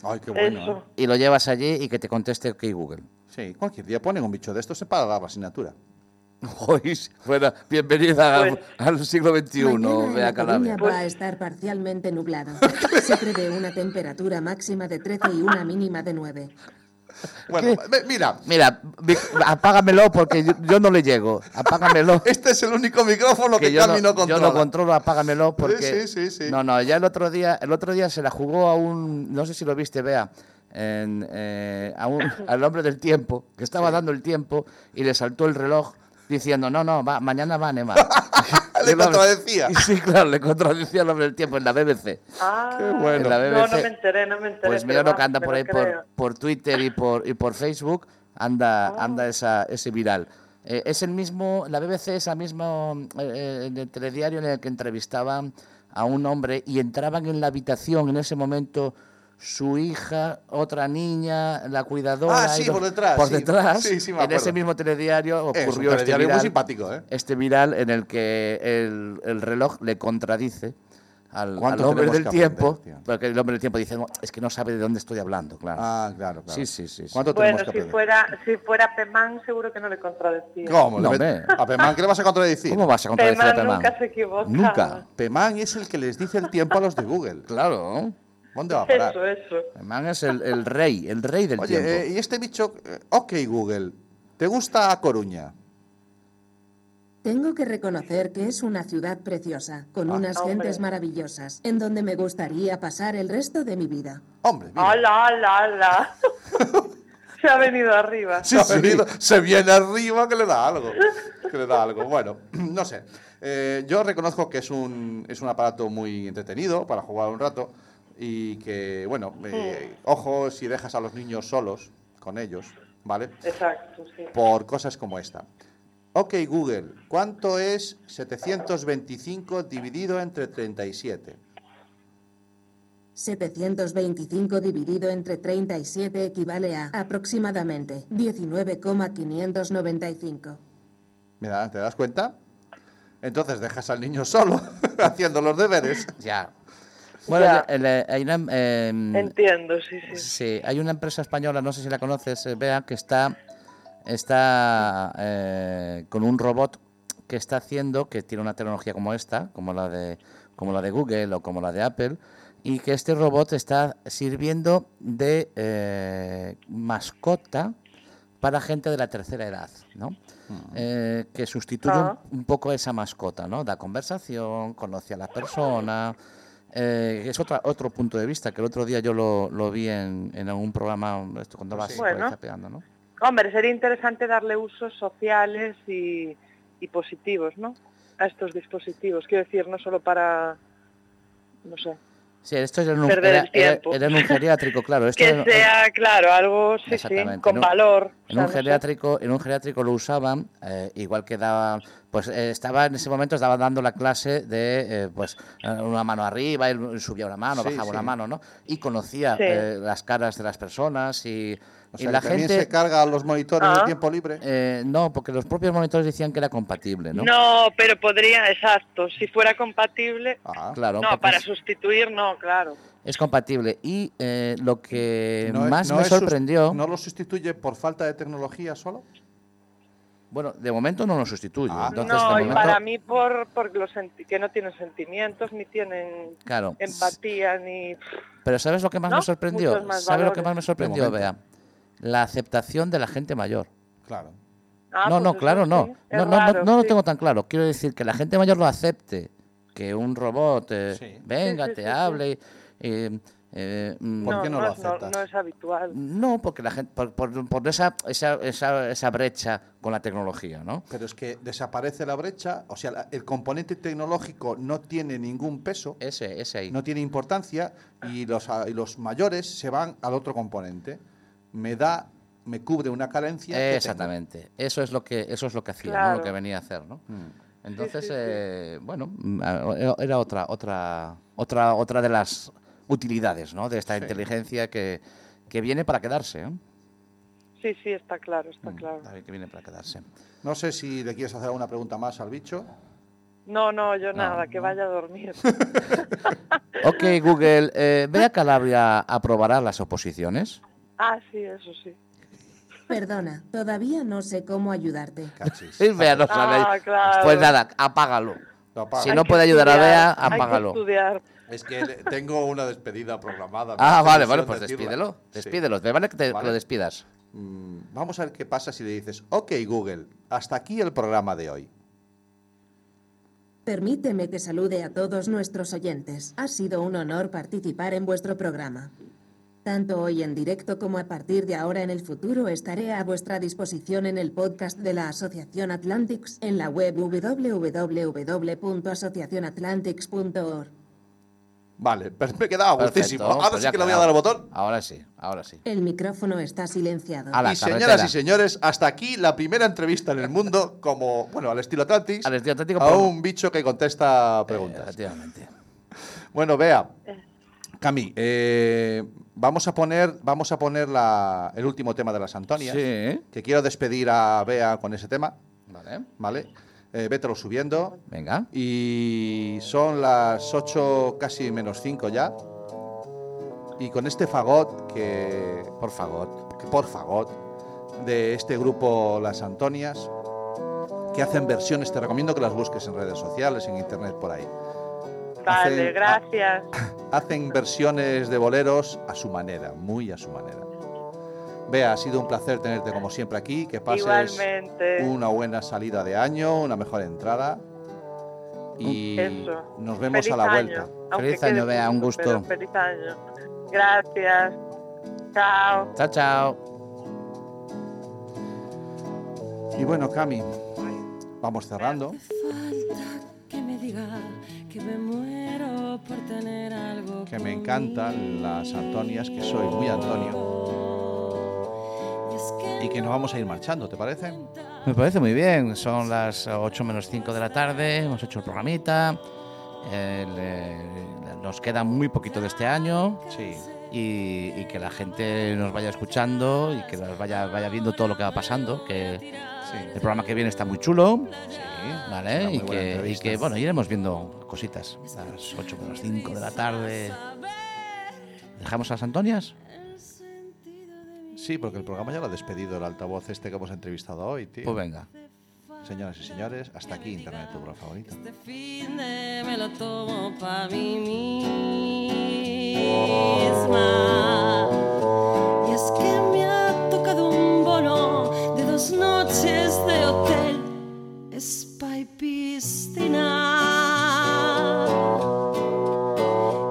C: Ay, qué bueno.
F: Eso.
C: ¿eh?
D: y lo llevas allí y que te conteste ok, Google.
C: Sí, cualquier día ponen un bicho de estos para dar la asignatura.
D: Hoy, bueno, bienvenida al-
F: Pues-
D: al, siglo XXI,
I: Mañana en
D: Bea
I: la Coruña
D: Calabria. Pues
I: va a estar parcialmente nublado. Se prevé una temperatura máxima de 13 y una mínima de 9.
C: Bueno, ve- mira,
D: Mira, vi- apágamelo porque yo, yo no le llego. Apágamelo.
C: Este es el único micrófono que,
D: yo,
C: Cami no,
D: yo
C: controla.
D: no controlo, apágamelo porque.
C: Sí, sí, sí, sí.
D: No, no, ya el otro día, el otro día se la jugó a un, no sé si lo viste, vea, a un, al hombre del tiempo que estaba dando el tiempo y le saltó el reloj diciendo no, no, va, mañana va a nevar.
C: Le
D: Y el hombre-
C: contradecía.
D: y Sí, claro, le contradecía al hombre del tiempo en la BBC.
F: Ah,
C: Qué bueno.
D: En la
F: No, no
D: BBC.
F: me enteré, no me enteré.
D: Pues mira
F: pero
D: lo que anda
F: vamos,
D: por
F: me
D: ahí
F: lo
D: por,
F: creo. Ah.
D: por Twitter y por, y por Facebook, anda, anda esa, ese viral. Eh, es el mismo, la BBC es el mismo eh, eh, en el telediario en el que entrevistaban a un hombre y entraban en la habitación en ese momento su hija, otra niña, la cuidadora.
C: Ah, sí,
D: y dos-
C: por detrás,
D: Por
C: sí.
D: detrás.
C: Sí, sí, me
D: en ese
C: acuerdo.
D: mismo telediario
C: Es un
D: ocurrió este
C: telediario muy
D: viral
C: simpático, ¿eh?
D: este viral en el que el, el reloj le contradice al,
C: ¿Cuánto
D: al hombre
C: tenemos
D: del
C: que
D: tiempo,
C: aprender, tío?
D: porque el hombre del tiempo dice, "No, es que no sabe de dónde estoy hablando, claro.
C: Ah, claro, claro.
D: Sí, sí, sí, sí.
C: ¿Cuánto
F: Bueno,
C: tenemos que
F: si
C: aprender?
F: fuera, si fuera Pemán, seguro que no le contradecía.
C: ¿Cómo?
D: No,
C: Le met-
D: hombre.
C: ¿A Pemán qué le vas a contradecir?
D: ¿Cómo vas a contradecir a
F: Pemán
D: Pemán?
F: nunca se equivoca.
D: Nunca.
C: Pemán es el que les dice el tiempo a los de Google.
D: Claro.
C: ¿Dónde va a parar?
F: Eso, eso.
D: Pemán es el, el rey, el rey del tiempo.
C: Oye, eh, y este bicho... eh, ok, Google, ¿te gusta a Coruña?
I: Tengo que reconocer que es una ciudad preciosa, con unas
F: hombre.
I: gentes maravillosas, en donde me gustaría pasar el resto de mi vida.
C: Hombre, mira.
F: ¡Hala, hala, hala! se ha venido arriba.
C: Se, ha venido- se viene arriba que le da algo. Que le da algo. Bueno, no sé. Eh, yo reconozco que es un, es un aparato muy entretenido para jugar un rato y que, bueno, eh, ojo si dejas a los niños solos con ellos, ¿vale?
F: Exacto, sí.
C: Por cosas como esta. Ok, Google, ¿cuánto es 725 dividido entre 37?
I: 725 dividido entre 37 equivale a aproximadamente 19,595.
C: Mira, ¿te das cuenta? Entonces dejas al niño solo haciendo los deberes.
D: Ya. Bueno,
F: Ya.
D: el- el- hay una, em,
F: Entiendo, sí, sí.
D: Sí, hay una empresa española, no sé si la conoces, eh, Bea, que está, está eh, con un robot que está haciendo, que tiene una tecnología como esta, como la de, como la de Google o como la de Apple, y que este robot está sirviendo de eh, mascota para gente de la tercera edad, ¿no? Eh, que sustituye un-
F: Ah.
D: un, poco esa mascota, ¿no? Da conversación, conoce a la persona. eh, es otra, otro punto de vista que el otro día yo lo, lo vi en, en algún programa, esto cuando vas
C: Sí.
D: por ahí
F: Bueno.
D: zapeando, ¿no?
F: Hombre, sería interesante darle usos sociales y, y positivos, ¿no? A estos dispositivos. Quiero decir, no solo para, no sé,
D: Sí, esto era en un,
F: Perder el
D: era- era-
F: tiempo.
D: era en un geriátrico, claro. Esto era-
F: que sea, claro, algo, sí, sí,
D: Exactamente,
F: con
D: ¿no? En
F: valor. o sea,
D: un
F: no sé.
D: geriátrico, en un geriátrico lo usaban, eh, igual que daba, pues eh, estaba en ese momento estaba dando la clase de, eh, pues eh, una mano arriba, él subía una mano,
C: Sí,
D: bajaba
C: sí.
D: una mano, ¿no? Y conocía
F: Sí.
D: eh, las caras de las personas y,
C: O
D: y
C: sea,
D: la
C: que también
D: gente
C: se carga a los monitores
F: Ah.
C: de tiempo libre.
D: eh, no, porque los propios monitores decían que era compatible, ¿no?
F: ¿no? pero podría, exacto, si fuera compatible.
C: Ah.
D: Claro,
F: no,
D: porque
F: para
D: pues es,
F: sustituir, no, claro.
D: es compatible. Y eh, lo que
C: No es-
D: más
C: no
D: me
C: es sus-
D: sorprendió,
C: ¿No lo sustituye por falta de tecnología solo?
D: bueno, de momento no lo sustituye.
C: Ah.
D: entonces, de
F: no, y
D: momento-
F: para mí por, por los senti- que no tienen sentimientos, ni tienen
D: claro,
F: empatía, ni...
D: Pero ¿sabes lo que más
F: ¿No?
D: me sorprendió?
F: Muchos más
D: ¿Sabes lo que más
F: valores.
D: me sorprendió,
C: De
D: Bea?
C: momento.
D: La aceptación de la gente mayor.
C: Claro.
F: Ah,
D: no,
F: pues
D: no,
F: eso
D: claro,
F: sí,
D: no.
F: es
D: No, no, no,
F: raro,
D: no lo
F: sí.
D: tengo tan claro. Quiero decir que la gente mayor lo acepte, que un robot eh,
C: Sí.
D: venga,
F: Sí, sí,
D: te
F: sí, sí.
D: hable. eh, eh, mm,
C: ¿Por qué no lo
F: es nor-
C: aceptas?
F: no es habitual.
D: no, porque la gente, por, por- por esa, esa, esa, esa brecha con la tecnología, ¿no?
C: Pero es que desaparece la brecha, o sea, la- el componente tecnológico no tiene ningún peso,
D: Ese, ese ahí.
C: no tiene importancia y los, a- y los mayores se van al otro componente. Me da, me cubre una carencia. que tengo.
D: Exactamente. Eso es lo que eso es lo que hacía, ¿no?
F: Claro.
D: lo que venía a hacer, ¿no? Mm. Entonces,
F: Sí, sí, sí.
D: eh, bueno, mm, a- era- era otra otra otra otra de las utilidades, ¿no? De esta inteligencia que, que viene para quedarse, ¿eh?
F: Sí, sí, está claro, está
D: Mm,
F: claro.
D: David, que viene para quedarse.
C: No sé si le quieres hacer alguna pregunta más al bicho.
F: No, no, yo
D: No,
F: nada, que
D: no.
F: vaya a dormir.
D: Ok, Google, eh, ¿Bea Calabria aprobará las oposiciones?
F: ah, sí, eso sí.
I: Perdona, todavía no sé cómo ayudarte.
C: Cachis.
D: Sí, Bea no sabe.
F: Ah, claro.
D: Pues nada, apágalo.
C: Lo apago.
D: Si
F: Hay
D: no
F: que
D: puede ayudar a
F: estudiar,
D: Bea,
F: Hay
D: apágalo.
F: que estudiar.
C: Es que le- tengo una despedida programada. me
D: Ah,
C: hace
D: vale,
C: ilusión
D: vale, pues
C: decirla.
D: despídelo.
C: Sí.
D: Despídelo, me vale que te
C: Vale.
D: lo despidas.
C: Mm, Vamos a ver qué pasa si le dices, ok Google, hasta aquí el programa de hoy.
I: Permíteme que salude a todos nuestros oyentes. Ha sido un honor participar en vuestro programa. Tanto hoy en directo como a partir de ahora en el futuro estaré a vuestra disposición en el podcast de la Asociación Atlantics en la web www.asociacionatlantics.org.
C: Vale, pero me he quedado a gustísimo.
D: Perfecto,
C: Ahora
D: pues
C: sí
D: ya
C: que le voy a
D: quedado.
C: dar al botón.
D: Ahora sí, ahora sí.
I: El micrófono está silenciado.
D: A la
C: y
D: carretera.
C: señoras y señores, hasta aquí la primera entrevista en el mundo, como, bueno, al estilo Atlantis,
D: Al estilo Eh, Atlantis,
C: a
D: por-
C: un bicho que contesta preguntas.
D: Efectivamente.
C: bueno, vea, Cami, eh, vamos a poner, vamos a poner la- el último tema de las Antonias,
D: Sí.
C: que quiero despedir a Bea con ese tema,
D: Vale.
C: ¿vale? Eh, vételo subiendo.
D: Venga.
C: Y son las 8 casi menos 5 ya. Y con este fagot que,
D: Por favor.
C: que por fagot de este grupo Las Antonias que hacen versiones, te recomiendo que las busques en redes sociales, en internet por ahí.
F: Vale,
C: Hace-
F: gracias.
C: Hacen versiones de boleros a su manera, muy a su manera. Bea, ha sido un placer tenerte como siempre aquí, que pases
F: Igualmente.
C: una buena salida de año, una mejor entrada. Y
F: Eso.
C: nos vemos
F: Feliz
C: a la
F: año,
C: vuelta.
F: aunque
D: Feliz
F: quede
D: año, Bea, un
F: poco, pero
D: gusto.
F: Feliz año. Gracias. Chao.
D: Chao, chao.
C: Y bueno, Cami, vamos cerrando.
A: Falta
E: diga que me muero por tener algo
C: Que me encantan las Antonias, que soy muy Antonio.
E: conmigo. Y es
C: Y que nos vamos a ir marchando, ¿te parece?
D: Me parece muy bien. Son las 8 menos 5 de la tarde. Hemos hecho el programita. El, eh, nos queda muy poquito de este año.
C: Sí.
D: Y, y que la gente nos vaya escuchando y que nos vaya, vaya viendo todo lo que va pasando. Que el programa que viene está muy chulo.
C: Será
D: ¿Vale?
C: muy
D: Y
C: buena
D: que, y
C: entrevista.
D: que, bueno, iremos viendo cositas. Las 8 menos 5 de la tarde. ¿Dejamos a las Antonias?
C: Sí, porque el programa ya lo ha despedido el altavoz este que hemos entrevistado hoy, tío.
D: Pues venga.
C: Señoras y señores, hasta aquí Internet, tu programa favorito.
E: Este fin de me lo tomo pa' mí misma. Y es que me ha tocado un bono de dos noches de hotel, spa y piscina.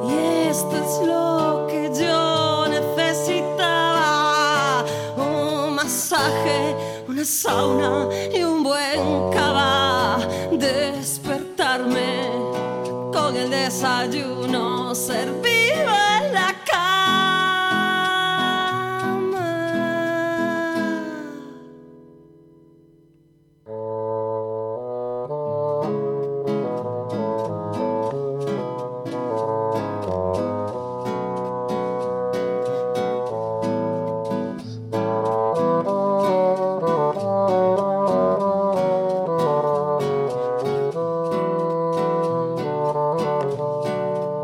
E: Y esto es lo que yo necesitaba: un masaje, una sauna y un buen cava. Despertarme con el desayuno servido en la cama.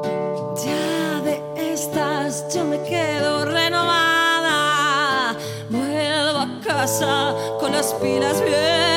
E: Ya de estas yo me quedo renovada. Vuelvo a casa con las pilas bien